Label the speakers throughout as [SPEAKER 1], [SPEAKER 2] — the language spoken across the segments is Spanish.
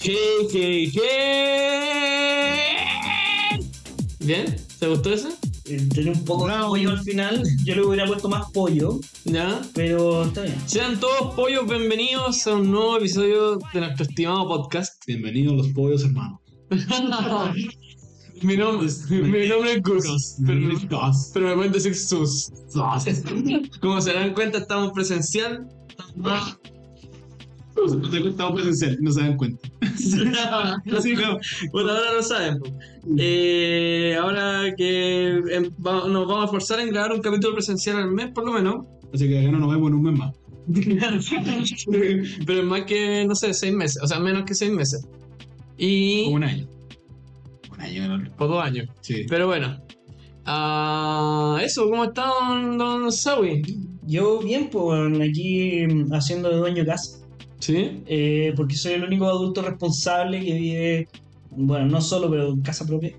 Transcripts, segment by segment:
[SPEAKER 1] Hey, hey, hey. ¿Bien? ¿Te gustó esa?
[SPEAKER 2] Eh, Tenía un poco de
[SPEAKER 1] No.
[SPEAKER 2] pollo al final. Yo le hubiera puesto más pollo,
[SPEAKER 1] ¿Ya?
[SPEAKER 2] pero está bien.
[SPEAKER 1] Sean todos pollos bienvenidos a un nuevo episodio de nuestro estimado podcast.
[SPEAKER 3] Bienvenidos los pollos, hermano.
[SPEAKER 1] mi nombre es, mi nombre es Gus, pero,
[SPEAKER 3] Ricos.
[SPEAKER 1] pero me pueden decir sus. Como se dan cuenta, estamos presencial.
[SPEAKER 3] No te gusta presencial, pues, no se dan cuenta.
[SPEAKER 1] Así como- bueno, ahora lo saben. po. Eh, ahora que em, va- nos vamos a esforzar en grabar un capítulo presencial al mes, por lo menos.
[SPEAKER 3] Así que acá no nos vemos en un mes más.
[SPEAKER 1] Pero es más que, no sé, seis meses. O sea, menos que seis meses.
[SPEAKER 3] O
[SPEAKER 1] Y...
[SPEAKER 3] un año. Un año menor.
[SPEAKER 1] O dos años.
[SPEAKER 3] Sí.
[SPEAKER 1] Pero bueno. Ah, eso, ¿cómo está don, don Sawi?
[SPEAKER 2] Yo bien, pues bueno, aquí mm, haciendo de dueño de casa,
[SPEAKER 1] ¿Sí?
[SPEAKER 2] eh, porque soy el único adulto responsable que vive, bueno, no solo, pero en casa propia,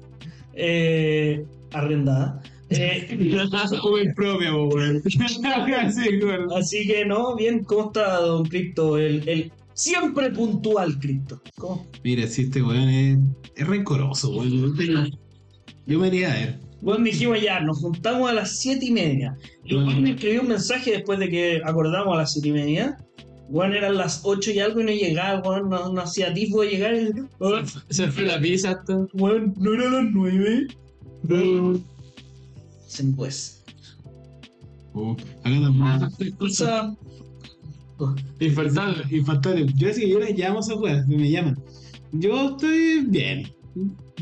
[SPEAKER 2] eh, arrendada. Eh,
[SPEAKER 1] Ah,
[SPEAKER 3] Joven propia, po, weón. Sí, weón.
[SPEAKER 2] así que no, bien, ¿cómo está Don Cripto? El, el siempre puntual Cripto. ¿Cómo?
[SPEAKER 3] Mira, si este weón es, es rencoroso, weón. Yo me iría a él.
[SPEAKER 2] Bueno, dijimos ya, nos juntamos a las 7 y media. Y
[SPEAKER 3] Bueno.
[SPEAKER 2] Juan me escribió un mensaje después de que acordamos a las 7 y media. Bueno, eran las 8 y algo y no llegaba, bueno, no, no hacía tiempo de llegar. Y, "Ah,
[SPEAKER 1] Se fue la pizza. todo.
[SPEAKER 2] bueno, no eran las 9. Dicen, pues.
[SPEAKER 3] Oh, acá también.
[SPEAKER 2] Cosa.
[SPEAKER 1] Infernal.
[SPEAKER 3] Infantable. Yo si yo les llamo a esas weas, me llaman. Yo estoy bien.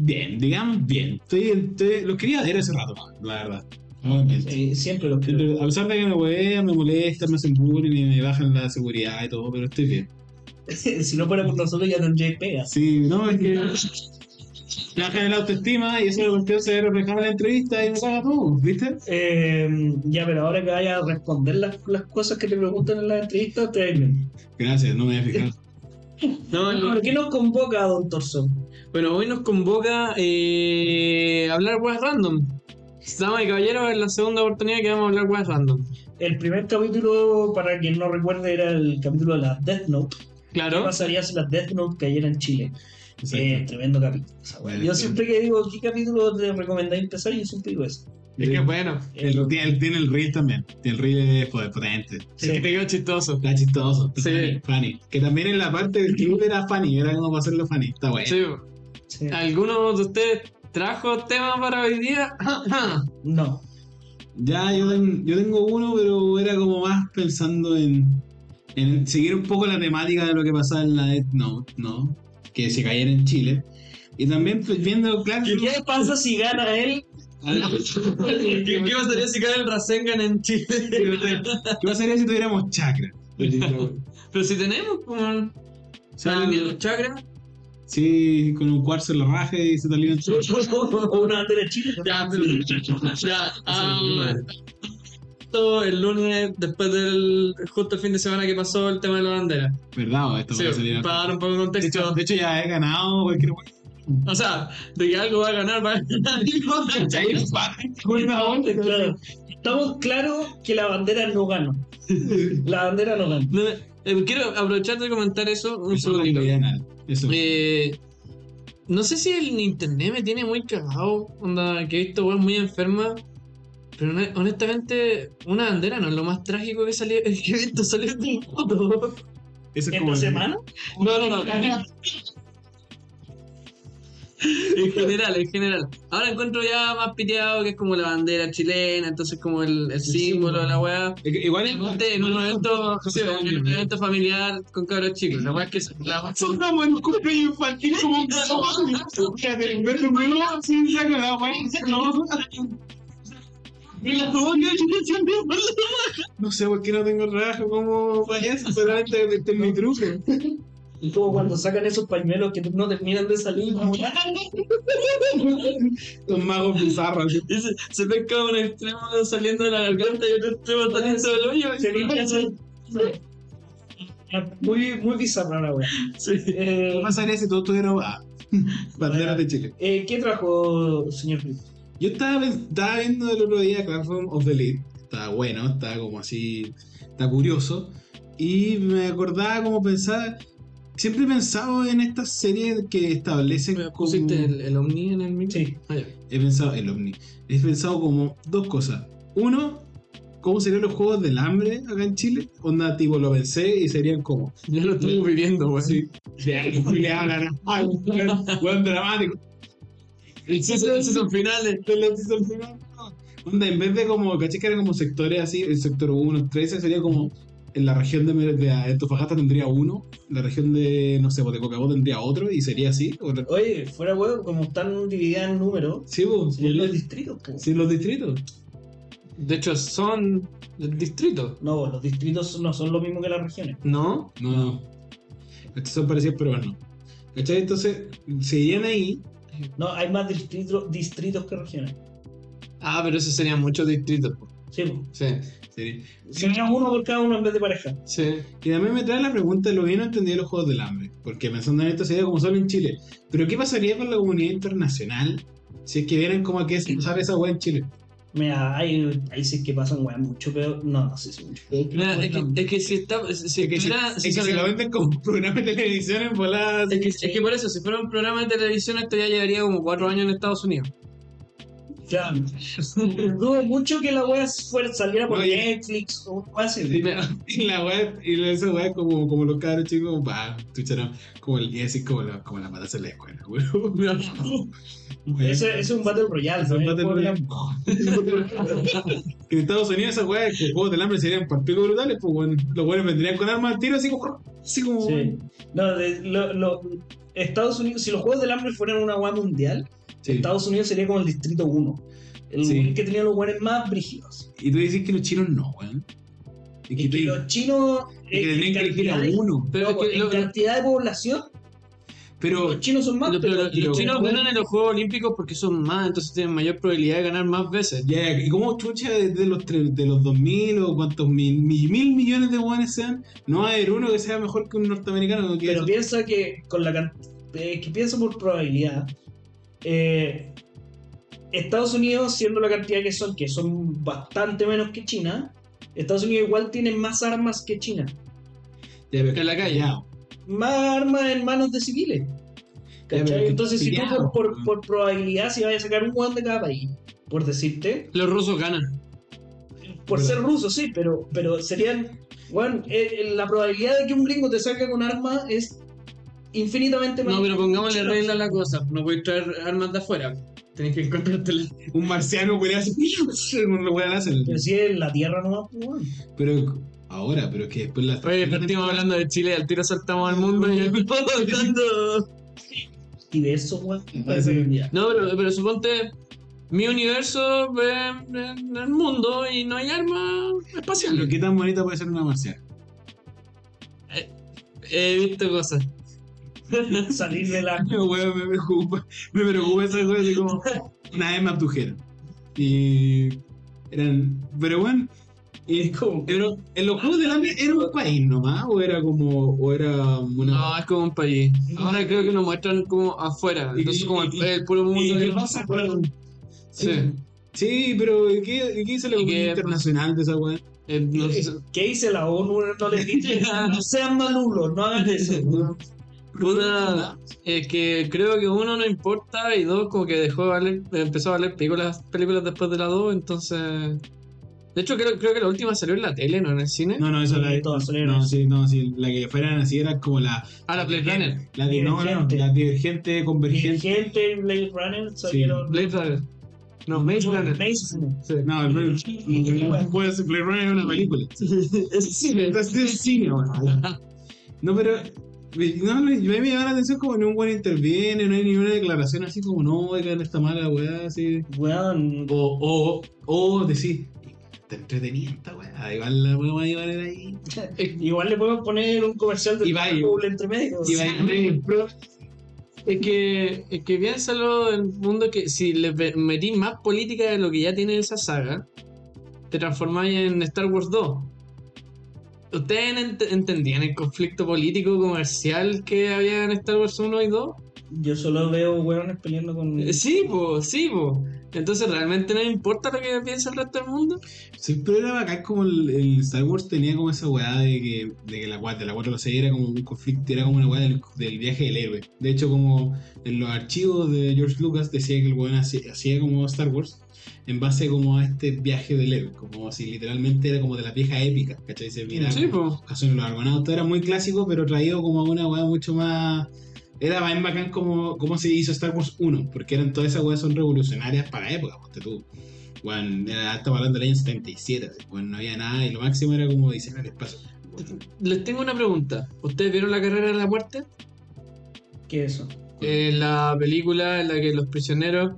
[SPEAKER 3] Bien, digamos bien. Estoy, estoy- los quería ver hace rato, la verdad. Nuevamente.
[SPEAKER 2] eh, siempre lo creo.
[SPEAKER 3] A pesar de que me huean, me molestan, me hacen bullying y me bajan la seguridad y todo, pero estoy bien.
[SPEAKER 2] si no fuera por nosotros ya tendría pegas.
[SPEAKER 3] Sí, no, es que. Me bajan la autoestima y eso lo cuestión se ve reflejado en la entrevista y me caga todo, ¿viste?
[SPEAKER 2] Eh, ya, pero ahora que vaya a responder las, las cosas que te preguntan en la entrevista, te
[SPEAKER 3] Gracias, no me voy a
[SPEAKER 2] Eh,
[SPEAKER 3] fijar.
[SPEAKER 1] No, no.
[SPEAKER 2] ¿Por qué nos convoca a Don Torso?
[SPEAKER 1] Bueno, hoy nos convoca eh, a hablar weas random. Damas y caballeros, es la segunda oportunidad que vamos a hablar weas random.
[SPEAKER 2] El primer capítulo, para quien no recuerde, era el capítulo de las Death Note. ¿Qué
[SPEAKER 1] Claro.
[SPEAKER 2] pasaría si las Death Note cayeran en Chile?
[SPEAKER 3] Exacto.
[SPEAKER 2] Eh, tremendo capítulo. esa wea. yo siempre que digo qué capítulo te recomendáis empezar, yo siempre digo eso.
[SPEAKER 1] Es que bueno.
[SPEAKER 2] eh,
[SPEAKER 3] El- tiene, el- tiene el reel también. El reel es poder- potente.
[SPEAKER 1] Es que te quedó chistoso.
[SPEAKER 3] Está chistoso.
[SPEAKER 1] Sí.
[SPEAKER 3] Funny, funny. Que también en la parte del club era funny, era como para hacerlo funny. Está bueno.
[SPEAKER 1] Sí.
[SPEAKER 2] Sí.
[SPEAKER 1] ¿Alguno de ustedes trajo tema para hoy día? Ah,
[SPEAKER 2] No.
[SPEAKER 3] Ya yo, ten- yo tengo uno, pero era como más pensando en, en seguir un poco la temática de lo que pasaba en la Death Note, ¿no? Que se cayera en Chile. Y también pues, viendo, claro,
[SPEAKER 2] ¿Y qué pasa si gana él?
[SPEAKER 1] ¿Qué, qué pasaría si cae el Rasengan en Chile?
[SPEAKER 3] ¿qué pasaría si tuviéramos chakra? O
[SPEAKER 1] Pero si tenemos pues, como
[SPEAKER 3] sea,
[SPEAKER 1] el chakra.
[SPEAKER 3] sí, con un cuarzo en la raja y se te alivian todo.
[SPEAKER 2] O una bandera chile.
[SPEAKER 1] Ya, ya. ah, todo el lunes, después del. justo el fin de semana que pasó el tema de la bandera.
[SPEAKER 3] ¿Verdad? o Esto
[SPEAKER 1] Sí,
[SPEAKER 3] puede salir
[SPEAKER 1] para dar
[SPEAKER 3] harto.
[SPEAKER 1] un poco de
[SPEAKER 3] de hecho,
[SPEAKER 1] contexto.
[SPEAKER 3] de hecho, ya he ganado cualquier
[SPEAKER 1] O sea, de que algo va a ganar, va a ganar.
[SPEAKER 2] Claro. Estamos claros que la bandera no gana. La bandera no gana.
[SPEAKER 1] No, eh, quiero aprovechar de comentar eso un
[SPEAKER 3] Eso es
[SPEAKER 1] segundito.
[SPEAKER 3] liviana, Eso.
[SPEAKER 1] Eh, no sé si el internet me tiene muy cagado. Onda, que he visto weas muy enferma. Pero hone- honestamente, una bandera no es lo más trágico que, salió, que he visto salir del mundo.
[SPEAKER 3] Eso es como
[SPEAKER 2] ¿Esta
[SPEAKER 3] el-
[SPEAKER 2] semana?
[SPEAKER 1] No, no, no. En general, en general. Ahora encuentro ya más piteado que es como la bandera chilena, entonces como el, el símbolo de la wea.
[SPEAKER 3] Es que Igual es.
[SPEAKER 1] Ponte En un evento, sí, en un evento familiar con cabros chicos. La wea es que es la wea-
[SPEAKER 3] Sonamos en un cumpleaños infantil como un Fíjate, en vez de un huevo, sin saco la agua. No. No sé por qué no tengo trabajo como payaso, solamente este es mi truco.
[SPEAKER 2] Y como cuando sacan esos pañuelos que no terminan de salir.
[SPEAKER 3] Los magos bizarros. así.
[SPEAKER 1] Y se, se ve como un extremo saliendo de la garganta y otro extremo saliendo del hoyo.
[SPEAKER 2] Se limpia, se- se- Muy, muy bizarra la wea.
[SPEAKER 1] Sí.
[SPEAKER 2] Eh,
[SPEAKER 3] ¿Qué pasaría si todos tuviéramos ah, banderas de Chile?
[SPEAKER 2] eh, ¿Qué trajo, señor Cruz?
[SPEAKER 3] Yo estaba, pen- estaba viendo el otro día Classroom of the Elite. Estaba bueno, estaba como así, está curioso. Y me acordaba como pensar, Siempre he pensado en estas series que establecen.
[SPEAKER 1] Me pusiste
[SPEAKER 3] como-
[SPEAKER 1] el, el ovni en el micro.
[SPEAKER 2] Sí.
[SPEAKER 1] Ah, ya.
[SPEAKER 3] He pensado el ovni. He pensado como dos cosas. Uno, cómo serían los juegos del hambre acá en Chile. Onda, tipo, lo pensé y serían como.
[SPEAKER 1] Yo lo estuve viviendo, güey.
[SPEAKER 3] Sí. Le hablan. Ay, weón, weón dramático.
[SPEAKER 1] Sí, sí, esos son finales.
[SPEAKER 3] de la season final. Onda, en vez de como, caché que eran como sectores así, el sector 1, 13 sería como en la región de, Mer- de Antofagasta tendría uno, la región de, no sé, pues, de Cocacola tendría otro y sería así. o-
[SPEAKER 2] Oye, fuera huevo, como están divididas en números,
[SPEAKER 3] Sí, pues, sí,
[SPEAKER 2] serían los
[SPEAKER 3] los,
[SPEAKER 2] distritos. po.
[SPEAKER 3] sí, los distritos.
[SPEAKER 1] De hecho, son distritos.
[SPEAKER 2] No, pues, los distritos no son lo mismo que las regiones.
[SPEAKER 1] ¿No?
[SPEAKER 3] No, no. Estos son parecidos, pero bueno. ¿Cachai? Entonces, seguirían ahí.
[SPEAKER 2] No, hay más distritos distritos que regiones.
[SPEAKER 1] Ah, pero esos serían muchos distritos. po.
[SPEAKER 2] Sí, po.
[SPEAKER 1] Sí,
[SPEAKER 3] sería-
[SPEAKER 2] serían uno por cada uno en vez de pareja.
[SPEAKER 1] sí.
[SPEAKER 3] Y también me trae la pregunta de lo bien entendido de los Juegos del Hambre, porque pensando en esto sería como solo en Chile. Pero ¿qué pasaría con la comunidad internacional si es que vieran como que es usar esa weá en Chile?
[SPEAKER 2] Mira, hay países que pasan weá mucho peor. No, no sé si mucho peor.
[SPEAKER 1] Mira, es, que, es que si está. Si, si
[SPEAKER 3] Es que, si-
[SPEAKER 1] fuera-
[SPEAKER 3] es
[SPEAKER 1] si
[SPEAKER 3] que si
[SPEAKER 1] salga-
[SPEAKER 3] lo venden como programa de televisión en voladas.
[SPEAKER 1] es que- es que por eso, si fuera un programa de televisión, esto ya llevaría como cuatro años en Estados Unidos.
[SPEAKER 2] Claro. Dudo mucho que la wea fuera, saliera por
[SPEAKER 3] Oye.
[SPEAKER 2] Netflix o algo así.
[SPEAKER 3] Y la, y la weá, y la- esa weá como, como los cabros chicos, como, pa, escucharon, como el y así como la, como la matas en la escuela, weón.
[SPEAKER 2] Ese ese pues, es un Battle Royale.
[SPEAKER 3] Esa
[SPEAKER 2] ¿no?
[SPEAKER 3] plata
[SPEAKER 2] Como
[SPEAKER 3] no-
[SPEAKER 2] la-
[SPEAKER 3] Que en Estados Unidos esas weas, los juegos del hambre serían partidos brutales, pues weón. los weones vendrían con armas al tiro así como, así como
[SPEAKER 2] Sí. No, de- lo- lo- Estados Unidos, si los Juegos del Hambre fueran una wea mundial,
[SPEAKER 3] Sí.
[SPEAKER 2] Estados Unidos sería como el Distrito 1. El
[SPEAKER 3] Sí.
[SPEAKER 2] lugar que tenía los weones más brígidos.
[SPEAKER 3] Y tú dices que los chinos no, weón. Y que,
[SPEAKER 2] Y que
[SPEAKER 3] tú-
[SPEAKER 2] los chinos.
[SPEAKER 3] y que
[SPEAKER 2] eh,
[SPEAKER 3] tenían que elegir a
[SPEAKER 2] cantidades-
[SPEAKER 3] uno.
[SPEAKER 1] Pero
[SPEAKER 2] no,
[SPEAKER 1] es que
[SPEAKER 2] en
[SPEAKER 1] lo- lo-
[SPEAKER 2] cantidad de población,
[SPEAKER 3] Pero
[SPEAKER 2] los chinos son más.
[SPEAKER 1] Lo- pero
[SPEAKER 2] pero-
[SPEAKER 1] los
[SPEAKER 3] pero-
[SPEAKER 1] chinos
[SPEAKER 2] pero-
[SPEAKER 1] ganan en los Juegos Olímpicos porque son más, entonces tienen mayor probabilidad de ganar más veces.
[SPEAKER 3] Ya, ¿y cómo chucha desde los, tre- de los 2000 o cuántos mil, mil, mil millones de guanes sean? No va a haber uno que sea mejor que un norteamericano. Que
[SPEAKER 2] Pero piensa que con la can- eh, que piensa por probabilidad. eh, Estados Unidos, siendo la cantidad que son, que son bastante menos que China, Estados Unidos igual tiene más armas que China.
[SPEAKER 3] ya, pero-
[SPEAKER 1] que la calle.
[SPEAKER 3] Ya,
[SPEAKER 2] Más armas en manos de civiles.
[SPEAKER 3] Ya, pero
[SPEAKER 2] ¿Cachai?
[SPEAKER 3] que
[SPEAKER 2] Entonces, si tú por,
[SPEAKER 3] pillado,
[SPEAKER 2] por,
[SPEAKER 3] weón.
[SPEAKER 2] por probabilidad, si vayas a sacar un guante de cada país, por decirte,
[SPEAKER 1] Los rusos ganan.
[SPEAKER 2] por
[SPEAKER 3] Verdad.
[SPEAKER 2] ser ruso, sí, pero, pero serían. Bueno, la probabilidad de que un gringo te salga con armas es infinitamente
[SPEAKER 1] No, pero pongámosle
[SPEAKER 2] Chino.
[SPEAKER 1] regla a la cosa. No podéis traer armas de afuera. Tenés que encontrártelas.
[SPEAKER 3] un marciano podría hacer un weón láser.
[SPEAKER 2] Pero si es la tierra nomás, pues, weón.
[SPEAKER 3] Pero ahora, pero es que después la.
[SPEAKER 1] Oye, partimos hablando de Chile, al tiro saltamos al mundo y hablando.
[SPEAKER 2] diverso, weón.
[SPEAKER 3] Parece que-
[SPEAKER 2] Ya.
[SPEAKER 1] No, pero, pero suponte. Mi universo ve en el mundo y no hay arma
[SPEAKER 3] Lo
[SPEAKER 1] espacial.
[SPEAKER 3] que tan bonita puede ser una marciana.
[SPEAKER 1] He visto cosas.
[SPEAKER 2] Salir de la.
[SPEAKER 3] No, weón, me preocupa. Me preocupa esa cosa así como. Una vez me abdujeron. Y. Eran. Pero bueno. Y,
[SPEAKER 2] Es como.
[SPEAKER 3] pero en los Juegos del Hambre era un país nomás, o era como. O era una.
[SPEAKER 1] No, es como un país. Ahora creo que nos muestran como afuera.
[SPEAKER 3] Y-
[SPEAKER 1] Entonces, como el,
[SPEAKER 3] y-
[SPEAKER 1] el puro mundo.
[SPEAKER 3] ¿Y qué
[SPEAKER 1] que-
[SPEAKER 3] pasa con.?
[SPEAKER 1] Sí.
[SPEAKER 3] Sí, pero ¿y ¿qué, y qué hizo la
[SPEAKER 1] ¿Y
[SPEAKER 3] comunidad
[SPEAKER 1] qué?
[SPEAKER 3] internacional de esa weá?
[SPEAKER 1] Eh, no sé.
[SPEAKER 2] ¿Qué dice la ONU? No les dije. No sean malulos, no hagan eso. weón.
[SPEAKER 1] Puta, es que creo que uno no importa y dos, como que dejó de valer- empezó a valer películas, películas después de la dos, entonces. De hecho, creo, creo que la última salió en la tele, no en el cine.
[SPEAKER 3] No, no, eso la
[SPEAKER 2] Todas son
[SPEAKER 3] No,
[SPEAKER 2] hermosas.
[SPEAKER 3] sí, no, sí, la que fueran así era como la.
[SPEAKER 1] Ah, la Blade Runner.
[SPEAKER 3] La di- no, no,
[SPEAKER 2] Divergente.
[SPEAKER 3] la divergente, convergente.
[SPEAKER 2] Gente en Blade Runner salieron.
[SPEAKER 1] Blade Runner. No, Maze Runner.
[SPEAKER 2] Maze Runner.
[SPEAKER 1] Sí.
[SPEAKER 3] No, el Blade- puede ser Blade Runner es una película.
[SPEAKER 1] Ese sí, me-
[SPEAKER 3] Estás del cine, weón. No, pero. me- No, me, me llama la atención como ni un buen interviene, no hay ni una declaración así como no, oigan, está mala weá, así.
[SPEAKER 2] Weón.
[SPEAKER 3] O, o, o decir, está entretenida esta weá, ahí va la weá, ahí va la ahí.
[SPEAKER 1] es-
[SPEAKER 2] Igual le podemos poner un comercial de
[SPEAKER 3] Y va, y-
[SPEAKER 2] Google entre medio.
[SPEAKER 3] Y va a-
[SPEAKER 1] Es que, es que piénsalo en el mundo que si le pe- metís más política de lo que ya tiene esa saga, te transformáis en Star Wars 2. ¿Ustedes ent- entendían el conflicto político comercial que había en Star Wars 1 y 2?
[SPEAKER 2] Yo solo veo weones peleando con.
[SPEAKER 1] Eh, Sí, po, sí, po. Entonces, ¿realmente no importa lo que piensa el resto del mundo?
[SPEAKER 3] Siempre era bacán como el, el Star Wars tenía como esa weá de que, de que la, cua- de la 4 a la 6 era como un conflicto, era como una weá del, del viaje del héroe. De hecho, como en los archivos de George Lucas decía que el weón hacía, hacía como Star Wars en base como a este viaje del héroe, como si literalmente era como de la vieja épica, ¿cachai? Se miraba
[SPEAKER 1] sí, pues.
[SPEAKER 3] Caso de los Argonautas era muy clásico, pero traído como a una weá mucho más. Era bien bacán como, como se hizo Star Wars 1, porque eran todas esas weas son revolucionarias para la época, ponte tú. Weón, era- estamos hablando del año 77, así, weón, no había nada y lo máximo era como diseñar el espacio. Weón,
[SPEAKER 1] Les tengo una pregunta. ¿Ustedes vieron la carrera de la muerte?
[SPEAKER 2] ¿Qué es eso?
[SPEAKER 1] Eh, la película en la que los prisioneros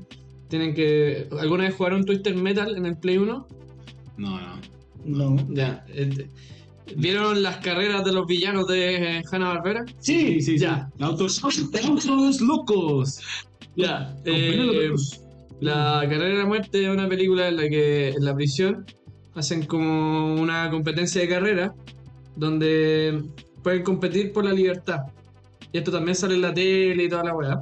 [SPEAKER 1] tienen que. ¿Alguna vez jugaron Twister Metal en el Play 1?
[SPEAKER 3] No, no.
[SPEAKER 2] No.
[SPEAKER 1] Ya. este, ¿Vieron las carreras de los villanos de Hanna Barbera?
[SPEAKER 2] Sí,
[SPEAKER 1] ya.
[SPEAKER 3] Autos, autos locos.
[SPEAKER 1] Ya. eh,
[SPEAKER 3] Con Penélope Cruz.
[SPEAKER 1] La carrera de la muerte es una película en la que en la prisión hacen como una competencia de carrera donde pueden competir por la libertad. Y esto también sale en la tele y toda la weá.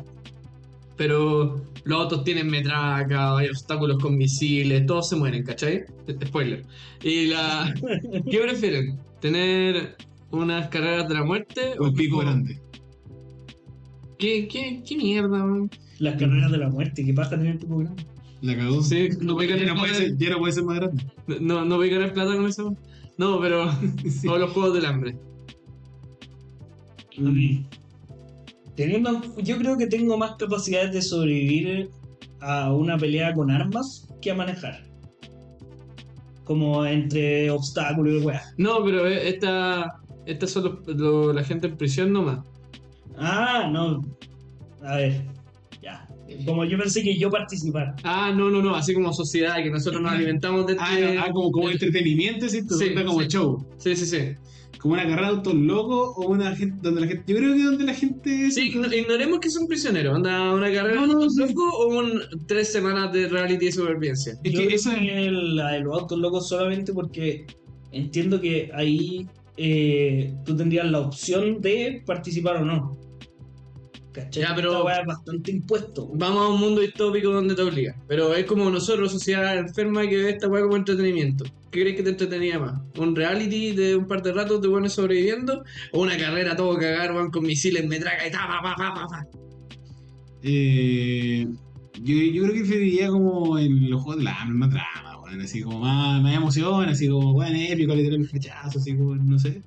[SPEAKER 1] Pero los autos tienen metraca, hay obstáculos con misiles, todos se mueren, ¿cachai? Spoiler. Y la. ¿Qué prefieren? ¿Tener unas carreras de la muerte?
[SPEAKER 3] Un pico grande.
[SPEAKER 1] ¿Qué, qué, qué mierda, weón?
[SPEAKER 2] Las carreras de la muerte, ¿qué pasa tener tu programa?
[SPEAKER 3] La cagó.
[SPEAKER 1] Sí,
[SPEAKER 3] no
[SPEAKER 1] voy a
[SPEAKER 3] ya, no
[SPEAKER 1] ganar.
[SPEAKER 3] puede ser, ya no puede ser más grande.
[SPEAKER 1] No, no voy a ganar plata con eso. No, pero.
[SPEAKER 3] Sí.
[SPEAKER 1] O los juegos del hambre.
[SPEAKER 2] Teniendo, yo creo que tengo más capacidades de sobrevivir a una pelea con armas que a manejar. Como entre obstáculos y weá.
[SPEAKER 1] No, pero eh, esta. Esta solo lo- la gente en prisión nomás.
[SPEAKER 2] Ah, no. A ver. Ya. Como yo pensé que yo participar.
[SPEAKER 1] Ah, no, no, no. Así como sociedad, que nosotros nos alimentamos de
[SPEAKER 3] Ah,
[SPEAKER 1] este-
[SPEAKER 3] no, ah, como, como entretenimiento, ¿sí?
[SPEAKER 1] Sí,
[SPEAKER 3] Resulta como
[SPEAKER 1] sí.
[SPEAKER 3] show.
[SPEAKER 1] Sí, sí, sí.
[SPEAKER 3] como una carrera de autos locos o una gente donde la gente yo creo que donde la gente
[SPEAKER 1] Sí, igno- ignoremos que son prisioneros. Anda una carrera
[SPEAKER 3] No, no,
[SPEAKER 1] de
[SPEAKER 3] sí.
[SPEAKER 1] loco o un, tres semanas de reality de supervivencia.
[SPEAKER 3] es
[SPEAKER 2] Yo
[SPEAKER 3] que
[SPEAKER 2] creo
[SPEAKER 3] eso es
[SPEAKER 2] que la de los autos locos solamente porque entiendo que ahí eh, tú tendrías la opción de participar o no. ¿Cachai?
[SPEAKER 1] Ya, pero-
[SPEAKER 2] Esta weá es bastante impuesto.
[SPEAKER 1] Vamos a un mundo distópico donde te obliga. Pero es como nosotros, sociedad enferma, que ve esta weá como entretenimiento. ¿Qué crees que te entretenía más? ¿Un reality de un par de ratos de buenos sobreviviendo? ¿O una carrera todo cagar, van con misiles, metraca y ta, pa, pa, pa, pa, pa?
[SPEAKER 3] eh, yo, yo creo que preferiría como en los juegos de la más drama weón, así como más, más emoción así como bueno épico literal el flechazo así como no sé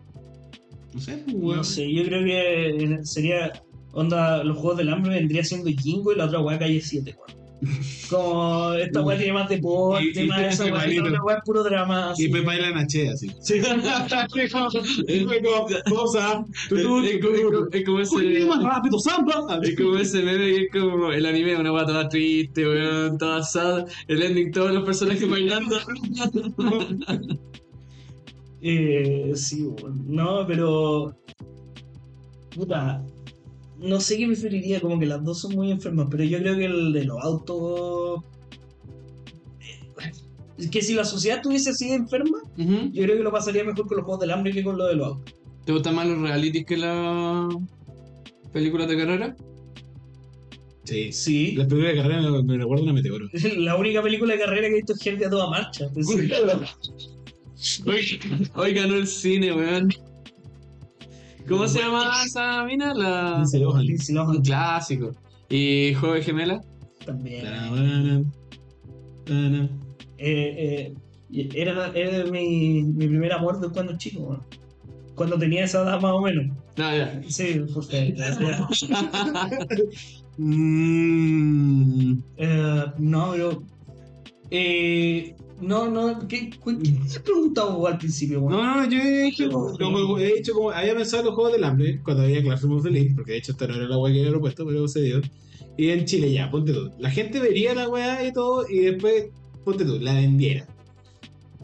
[SPEAKER 3] no sé pues, weón.
[SPEAKER 2] No sé, yo creo que eh, sería. Onda, los juegos del hambre vendría siendo Jingo y la otra weá calle 7, weón. Como esta weá tiene más
[SPEAKER 3] Y-
[SPEAKER 2] deporte,
[SPEAKER 3] y
[SPEAKER 2] más esa weá,
[SPEAKER 3] Pepalito.
[SPEAKER 2] esta otra weá es puro drama.
[SPEAKER 3] y
[SPEAKER 2] así.
[SPEAKER 3] Pepa y la Nache así
[SPEAKER 1] Sí.
[SPEAKER 3] cosa
[SPEAKER 1] Es como- es como ese-
[SPEAKER 3] más rápido samba
[SPEAKER 1] es como ese meme que es como el anime, una weá toda triste, weón, toda asada, el ending, todos los personajes bailando.
[SPEAKER 2] Eh, sí, weón. no, pero. Puta. No sé qué preferiría, como que las dos son muy enfermas, pero yo creo que el de los autos. eh, Es que si la sociedad estuviese así de enferma,
[SPEAKER 1] Ujú.
[SPEAKER 2] yo creo que lo pasaría mejor con los juegos del hambre que con lo de los autos.
[SPEAKER 1] ¿Te gustan más los realities que las películas de carrera?
[SPEAKER 3] sí
[SPEAKER 2] Sí.
[SPEAKER 3] la primera carrera me, me recuerda una meteoro
[SPEAKER 2] La única película de carrera que he visto es gente a toda marcha. Entonces,
[SPEAKER 1] Hoy ganó el cine, weón. ¿Cómo se llama esa mina? La...
[SPEAKER 3] Lindsay Lohan.
[SPEAKER 2] Lindsay Lohan
[SPEAKER 1] Un clásico. ¿Y Juego de Gemela?
[SPEAKER 2] también.
[SPEAKER 3] Tararán, tararán.
[SPEAKER 2] Eh, eh, y era era mi, mi primer amor de cuando chico, weón. Cuando tenía esa edad más o menos.
[SPEAKER 1] No, ya.
[SPEAKER 2] Sí, Eh, porque.
[SPEAKER 3] Mm.
[SPEAKER 2] Eh, no, pero. Eh, no, no, ¿qué, cu- qué te has preguntado vos al principio? weón?
[SPEAKER 3] No, no, yo he hecho, como- como- he hecho como. Había pensado en los juegos del hambre cuando había Classroom of the Lake, porque de hecho esta no era la weá que había propuesto, pero se dio. Y en Chile ya, ponte tú. La gente vería la weá y todo, y después, ponte tú, la vendiera.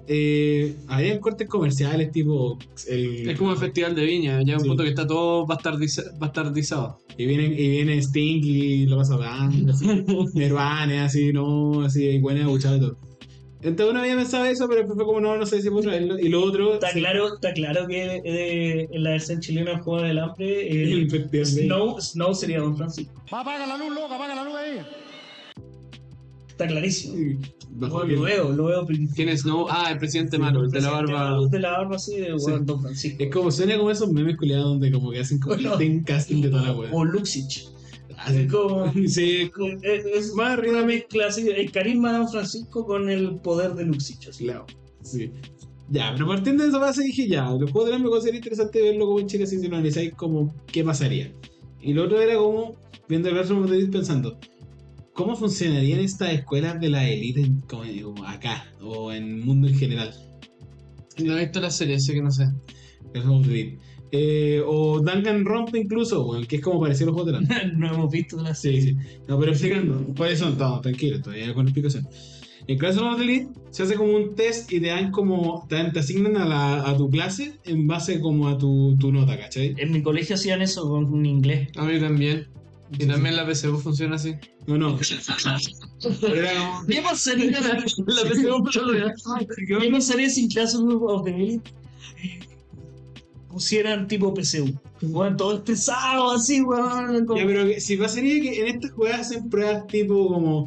[SPEAKER 3] Eh, habían cortes comerciales tipo. El,
[SPEAKER 1] Es como el Festival de Viña, ya un
[SPEAKER 3] Sí.
[SPEAKER 1] punto que está todo bastardiza- bastardizado.
[SPEAKER 3] Y viene, y viene Sting y lo pasa hablando, así. Nirvana, así, no, así, y buena escuchar y todo. Entonces uno había pensado eso, pero después fue como, no, no sé si puedo traerlo. Y lo otro.
[SPEAKER 2] Está claro, está claro que eh, en la versión chilena del juego del hambre, eh,
[SPEAKER 3] el Festival de-
[SPEAKER 2] Snow, Snow sería Don Francisco.
[SPEAKER 4] Va, apaga la luz, loco, apaga la luz ahí.
[SPEAKER 2] Está clarísimo.
[SPEAKER 3] Bajo
[SPEAKER 2] Bueno,
[SPEAKER 3] que-
[SPEAKER 2] lo veo, lo veo. prin-
[SPEAKER 3] ¿Quién es? No, ah, el presidente malo, el de la
[SPEAKER 2] presidente
[SPEAKER 3] barba.
[SPEAKER 2] Malo, De la barba, sí, de
[SPEAKER 3] Sí.
[SPEAKER 2] Don Francisco.
[SPEAKER 3] Es como suena como esos memes culiados donde como que hacen como
[SPEAKER 2] Bueno.
[SPEAKER 3] un casting de toda la wea.
[SPEAKER 2] O Luxich.
[SPEAKER 3] Hacen-
[SPEAKER 2] como-
[SPEAKER 3] Sí, es como.
[SPEAKER 2] Es, es más arriba una mezcla así, el carisma de Don Francisco con el poder de Luxich. así.
[SPEAKER 3] Claro, sí. Ya, pero partiendo de esa base dije, ya, los juegos de rol me considera interesante verlo como en Chile así si lo analizáis como qué pasaría. Y lo otro era como, viendo el verso Madrid pensando, ¿cómo funcionarían estas escuelas de la élite en- como digo, acá o en el mundo en general?
[SPEAKER 1] No he visto la serie, así que no sé.
[SPEAKER 3] Verso Madrid. Eh, o Duncan Rompe incluso, bueno, que es como parecía los juegos de rol.
[SPEAKER 2] no hemos visto una
[SPEAKER 3] Sí, sí. No, pero explicando, por eso estamos tranquilos, todavía con explicación. En Classroom of the Elite se hace como un test y te dan como, te, dan- te asignan a, la, a tu clase en base como a tu, tu nota, ¿cachai?
[SPEAKER 2] En mi colegio hacían eso con un inglés.
[SPEAKER 1] A mí también. Y también la PCU funciona así.
[SPEAKER 3] No, no. Pero era como-
[SPEAKER 2] ¿Qué pasaría,
[SPEAKER 1] La PCU funciona
[SPEAKER 2] qué pasaría si en Classroom of the Elite pusieran tipo PCU? Bueno, todo estresado así, weón.
[SPEAKER 3] Ya, pero que- si pasaría que en estas jugadas hacen pruebas tipo como...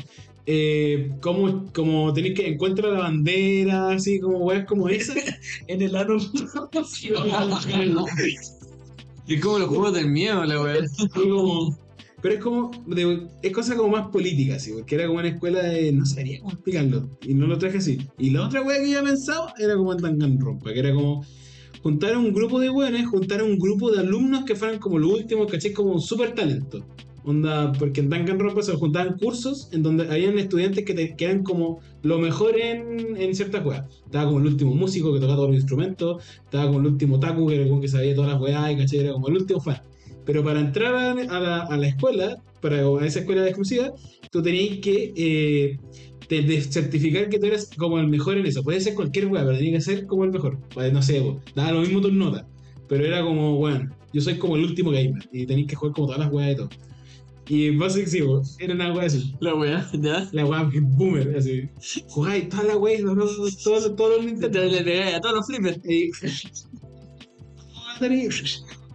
[SPEAKER 3] Eh, como, como tenéis que encontrar la bandera, así como weas como esas.
[SPEAKER 2] En el ano.
[SPEAKER 1] Es como los juegos del miedo, la weá.
[SPEAKER 3] Y como- pero es como, de- es cosa como más política, así, porque era como una escuela de, no sabría cómo explicarlo, y no lo traje así. Y la otra wea que yo pensaba era como en Danganronpa, que era como juntar un grupo de weones, juntar un grupo de alumnos que fueran como los últimos, caché, como un super talento. Onda, porque en Danganronpa se juntaban cursos en donde habían estudiantes que, te- que eran como lo mejor en, en ciertas weas. Estaba como el último músico que tocaba todos los instrumentos, estaba como el último taku que era como que sabía todas las weas, y caché, era como el último fan. Pero para entrar a, a la, a la escuela, para, o a esa escuela exclusiva, tú tenías que eh, te- de- certificar que tú eras como el mejor en eso. Puede ser cualquier weá, pero tenías que ser como el mejor. Pues, no sé, po, daba lo mismo tus notas. Pero era como, bueno, yo soy como el último gamer y tenéis que jugar como todas las weas y todo. Y básicamente, sí, po, era una wea así.
[SPEAKER 1] La weá, ya.
[SPEAKER 3] La wea boomer, así. Jugáis todas las weas, todos los todo, todo Nintendo.
[SPEAKER 1] Te le pegáis a todos los flippers.
[SPEAKER 3] Y-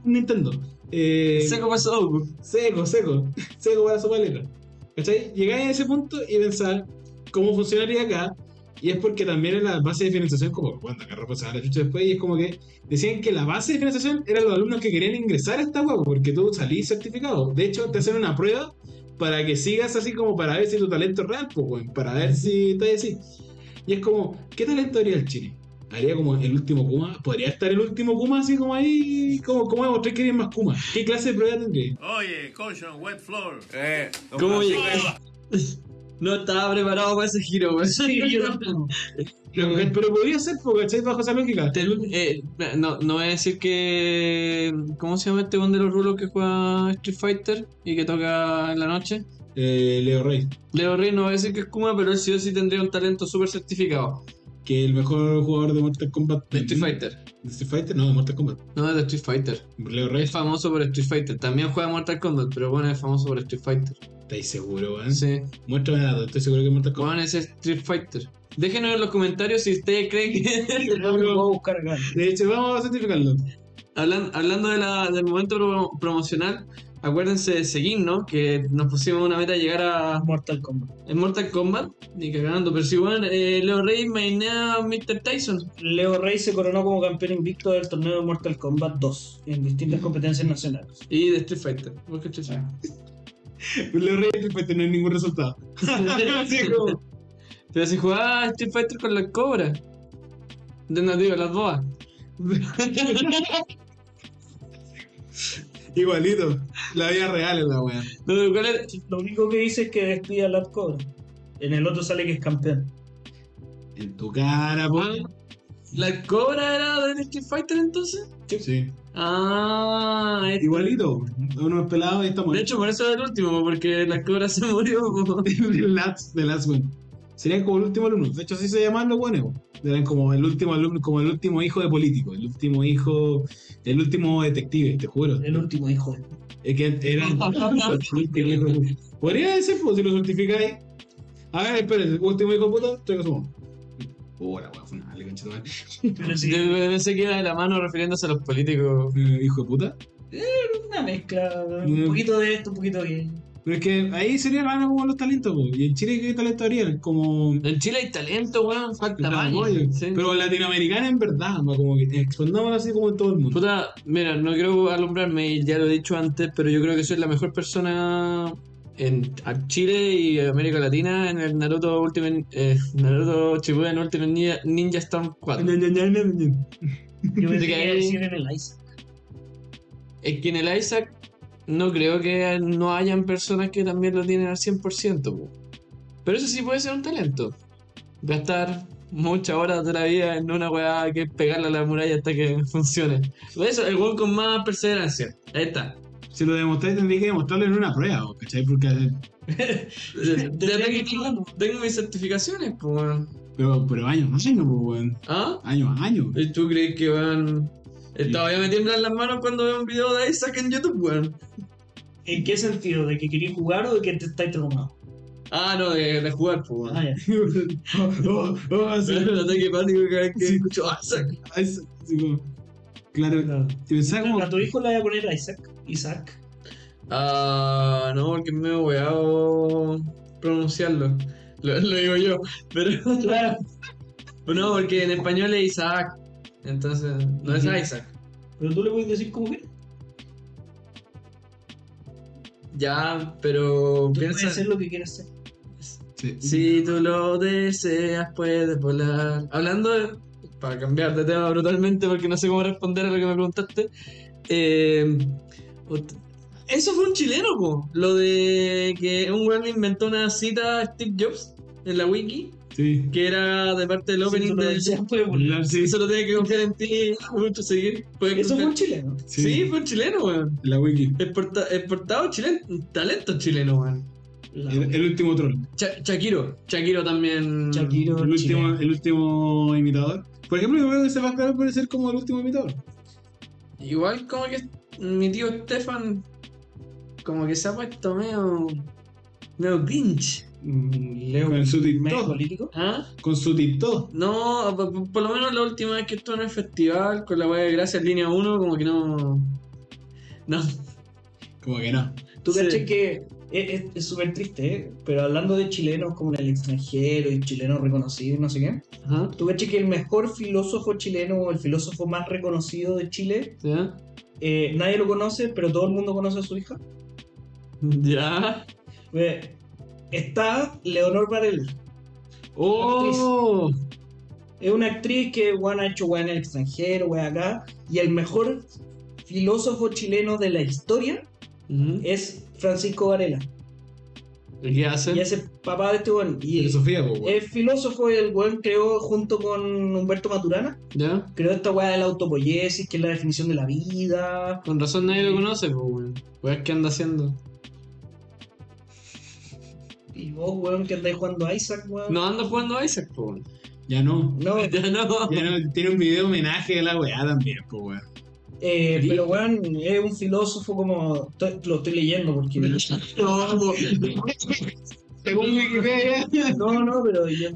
[SPEAKER 3] Nintendo. Eh,
[SPEAKER 1] Sé cómo es Ogu.
[SPEAKER 3] seco, seco, seco para su paleta. ¿Cachai? Llegáis a ese punto y pensar cómo funcionaría acá. Y es porque también en la base de financiación, como cuando agarró pues, a la chucha después, y es como que decían que la base de financiación eran los alumnos que querían ingresar a esta hueá, porque tú salís certificado. De hecho, te hacen una prueba para que sigas así como para ver si tu talento es real, pues, weón, para ver si estás así. Y es como, ¿qué talento haría el chile? ¿Haría como el último Kuma? ¿Podría estar el último Kuma así como ahí? ¿Cómo, cómo demostrar que eres más Kuma? ¿Qué clase de prueba tendría?
[SPEAKER 4] Oye, colchón, wet floor.
[SPEAKER 1] ¿Cómo llegué? No estaba preparado para ese giro, weón.
[SPEAKER 3] Lo que- pero podría ser, porque ¿cachai? Bajo esa lógica.
[SPEAKER 1] Este Lul- eh, no, no voy a decir que. ¿Cómo se llama este one de los rulos que juega Street Fighter y que toca en la noche?
[SPEAKER 3] Eh, Leo Rey,
[SPEAKER 1] Leo Rey no voy a decir que es Kuma, pero él sí o sí tendría un talento súper certificado.
[SPEAKER 3] que el mejor jugador de Mortal Kombat. ¿Mm?
[SPEAKER 1] De Street Fighter.
[SPEAKER 3] ¿De Street Fighter? No, de Mortal Kombat.
[SPEAKER 1] No, es de Street Fighter.
[SPEAKER 3] Leo Rey,
[SPEAKER 1] Es famoso por Street Fighter. También juega Mortal Kombat, pero bueno, es famoso por Street Fighter.
[SPEAKER 3] ¿estáis seguro, weón?
[SPEAKER 1] Sí.
[SPEAKER 3] Muéstrame datos, estoy seguro que es Mortal Kombat.
[SPEAKER 1] Juegan ese Street Fighter. Déjenos en los comentarios si ustedes creen que.
[SPEAKER 2] Lo voy a buscar acá.
[SPEAKER 3] De hecho, vamos a certificarlo.
[SPEAKER 1] Hablan- hablando de la- del momento pro- promocional, acuérdense de seguirnos, que nos pusimos una meta de llegar a
[SPEAKER 2] Mortal Kombat.
[SPEAKER 1] en Mortal Kombat, ni cagando, pero si bueno, eh, Leo Rey mainea a Mr. Tyson.
[SPEAKER 2] Leo Rey se coronó como campeón invicto del torneo de Mortal Kombat 2 en distintas competencias nacionales.
[SPEAKER 1] Y de Street Fighter. Busca Street Fighter.
[SPEAKER 3] Leo Rey después tener ningún resultado. Así es como-
[SPEAKER 1] Pero si jugaba Street Fighter con la cobra. De no digo, las boas.
[SPEAKER 3] Igualito. La vida real es la weón.
[SPEAKER 1] No, pero ¿cuál era?
[SPEAKER 2] Lo único que dice es que despide a Lad Cobra. En el otro sale que es campeón.
[SPEAKER 3] En tu cara, po.
[SPEAKER 1] Ah. ¿La cobra era del Street Fighter entonces?
[SPEAKER 3] Sí.
[SPEAKER 1] Ah, este-
[SPEAKER 3] Igualito. Uno es pelado y estamos.
[SPEAKER 1] De hecho, por eso era el último, porque la cobra se murió. po.
[SPEAKER 3] The Last, The Last One. Serían como el último alumno. De hecho, así se llaman los buenos. Eran como el último alumno, como el último hijo de político, el último hijo, el último detective, te juro.
[SPEAKER 2] El último hijo.
[SPEAKER 3] Es que eran. Podría ser, pues, si lo certificáis. A ver, espérense, último hijo de puta, estoy con su mamá. Hola, weón, fue una concha de madre.
[SPEAKER 2] Pero sí,
[SPEAKER 1] Yo pensé que era de la mano refiriéndose a los políticos.
[SPEAKER 3] Eh, Hijo de puta.
[SPEAKER 1] Mm.
[SPEAKER 2] una mezcla. Un poquito de esto, un poquito de aquello.
[SPEAKER 3] Pero es que ahí sería raro como los talentos, po. ¿Y en Chile qué talento harían? Como.
[SPEAKER 1] En Chile hay talento, weón, falta maña.
[SPEAKER 3] Oye,
[SPEAKER 1] sí.
[SPEAKER 3] Pero latinoamericana en verdad, po, como que expandámoslo así como en todo el mundo.
[SPEAKER 1] Puta, mira, no quiero alumbrarme, ya lo he dicho antes, pero yo creo que soy la mejor persona en a Chile y América Latina en el Naruto Ultimate eh, Naruto Shippuden Ultimate Ninja, Ninja Storm 4.
[SPEAKER 2] Yo me
[SPEAKER 1] Te
[SPEAKER 2] quería
[SPEAKER 1] caí.
[SPEAKER 2] decir en el Isaac.
[SPEAKER 1] Es que en el Isaac no creo que no hayan personas que también lo tienen al 100%. po. Pero eso sí puede ser un talento. Gastar muchas horas de la vida en una weá que es pegarle a la muralla hasta que funcione. Eso, el weón con más perseverancia. Ahí está.
[SPEAKER 3] Si lo demostré, tendría que demostrarlo en una prueba, po, ¿cachai? Porque.
[SPEAKER 1] De- de
[SPEAKER 2] Tendría
[SPEAKER 1] verdad
[SPEAKER 2] que
[SPEAKER 1] que tengo, tengo mis certificaciones, pues, weón.
[SPEAKER 3] Pero, pero año a año, po, pues, weón.
[SPEAKER 1] ¿Ah?
[SPEAKER 3] Año a año.
[SPEAKER 1] ¿Y tú crees que van.? Eh, Todavía me tiemblan las manos cuando veo un video de Isaac en YouTube, weón.
[SPEAKER 2] ¿En qué sentido? ¿De que querías jugar o de que te estáis traumado?
[SPEAKER 1] Ah, no, de, de jugar, pues, weón.
[SPEAKER 2] Ah, ya.
[SPEAKER 3] Oh, oh, así,
[SPEAKER 1] El ataque pánico cada vez que escucho a Isaac.
[SPEAKER 3] así, así como- Claro,
[SPEAKER 2] Claro.
[SPEAKER 3] si pensaba como.
[SPEAKER 2] A tu hijo le voy a poner Isaac. Isaac.
[SPEAKER 1] Ah, no, porque me medio weado pronunciarlo. Lo, lo digo yo. Pero
[SPEAKER 2] Claro.
[SPEAKER 1] no, porque en español es Isaac. Entonces, no es
[SPEAKER 2] Ujú.
[SPEAKER 1] Isaac.
[SPEAKER 2] Pero tú le puedes decir como que.
[SPEAKER 1] Ya, pero
[SPEAKER 2] Tú puedes
[SPEAKER 1] piensa.
[SPEAKER 2] hacer lo que quieras hacer.
[SPEAKER 3] Sí.
[SPEAKER 1] Si tú lo deseas, puedes volar. Hablando de- Para cambiar de tema brutalmente, porque no sé cómo responder a lo que me preguntaste. eh, ot- eso fue un chileno, po. Lo de que un weón le inventó una cita a Steve Jobs en la wiki,
[SPEAKER 3] Sí.
[SPEAKER 1] que era de parte del
[SPEAKER 2] Si
[SPEAKER 1] opening
[SPEAKER 2] tú lo
[SPEAKER 1] del.
[SPEAKER 2] deseas, puedes volver.
[SPEAKER 3] Claro, sí.
[SPEAKER 1] Eso lo tiene que confiar en ti, mucho seguir. puedes
[SPEAKER 2] Eso fue
[SPEAKER 1] confiar-
[SPEAKER 2] un chileno.
[SPEAKER 1] Sí. fue un chileno, weón.
[SPEAKER 3] La wiki.
[SPEAKER 1] Exporta- exportado chileno, talento chileno, weón.
[SPEAKER 2] La-
[SPEAKER 3] El, el último troll.
[SPEAKER 1] Cha- Shakiro, Shakiro también.
[SPEAKER 2] Shakiro,
[SPEAKER 3] El último,
[SPEAKER 2] chileno.
[SPEAKER 3] el último imitador. Por ejemplo, yo creo que Sebastián puede ser como el último imitador.
[SPEAKER 1] Igual como que mi tío Stefan como que se ha puesto medio medio cringe.
[SPEAKER 2] Mm, Leo.
[SPEAKER 3] Con su
[SPEAKER 2] medio
[SPEAKER 3] TikTok.
[SPEAKER 2] político.
[SPEAKER 1] ¿Ah?
[SPEAKER 3] Con su TikTok.
[SPEAKER 1] No, po- po- por lo menos la última vez que estuve en el festival con la wea de Gracias Línea 1 como que no no
[SPEAKER 3] Como que no.
[SPEAKER 2] Tú
[SPEAKER 1] Sí.
[SPEAKER 2] caché que es- es es súper triste, ¿eh? pero hablando de chilenos como en el extranjero y chilenos reconocidos y no sé qué,
[SPEAKER 1] Ajá,
[SPEAKER 2] tú caché que el mejor filósofo chileno o el filósofo más reconocido de Chile,
[SPEAKER 1] ¿Ya?
[SPEAKER 2] eh, nadie lo conoce, pero todo el mundo conoce a su hija.
[SPEAKER 1] ¿Ya?
[SPEAKER 2] Eh, está Leonor Varela.
[SPEAKER 1] ¡Oh!
[SPEAKER 2] Es una actriz que weón, ha hecho weá en el extranjero, weá acá, y el mejor filósofo chileno de la historia
[SPEAKER 1] Ujú.
[SPEAKER 2] es Francisco Varela.
[SPEAKER 1] ¿Y ¿Qué hacen?
[SPEAKER 2] Y es el papá de este weón. Y
[SPEAKER 3] Filosofía, po, weón.
[SPEAKER 2] El filósofo, el weón creó junto con Humberto Maturana,
[SPEAKER 1] ¿Ya?
[SPEAKER 2] creó esta weá de la autopoiesis, que es la definición de la vida.
[SPEAKER 1] Con razón nadie lo conoce, pues weón. Weón, ¿qué anda haciendo?
[SPEAKER 2] Y vos, weón, que andáis jugando a Isaac, weón.
[SPEAKER 1] No anda jugando a Isaac, pues weón.
[SPEAKER 3] Ya no.
[SPEAKER 2] No, eh,
[SPEAKER 1] Ya no.
[SPEAKER 3] Ya no. Tiene un video homenaje a la weá también, po, weón.
[SPEAKER 2] eh, pero weón, es un filósofo como. estoy- lo estoy leyendo porque.
[SPEAKER 1] No, po.
[SPEAKER 3] Según Wikipedia.
[SPEAKER 2] No, no, pero. yo-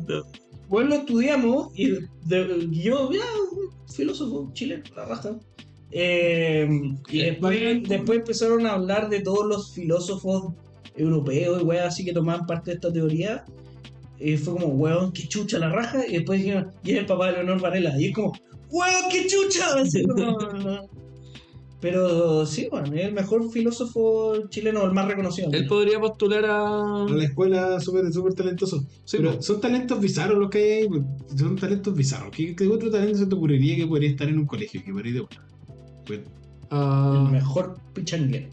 [SPEAKER 2] Weón, lo estudiamos y de- yo, ya, un filósofo chileno, la raja. Eh, y después, después empezaron a hablar de todos los filósofos europeos y weas así que tomaban parte de esta teoría. Y fue como, weón, qué chucha la raja. Y después dijeron, y es el papá de Leonor Varela. Y es como, weón, qué chucha. Así como, no. Pero sí, bueno, es el mejor filósofo chileno, el más reconocido.
[SPEAKER 1] Él podría postular a.
[SPEAKER 3] A la escuela súper súper talentoso.
[SPEAKER 1] Sí,
[SPEAKER 3] Pero
[SPEAKER 1] po.
[SPEAKER 3] son talentos bizarros los que hay ahí. po. Son talentos bizarros. ¿Qué, qué otro talento se te ocurriría que podría estar en un colegio? Que podría, pues,
[SPEAKER 1] Ah,
[SPEAKER 2] El mejor pichanguero.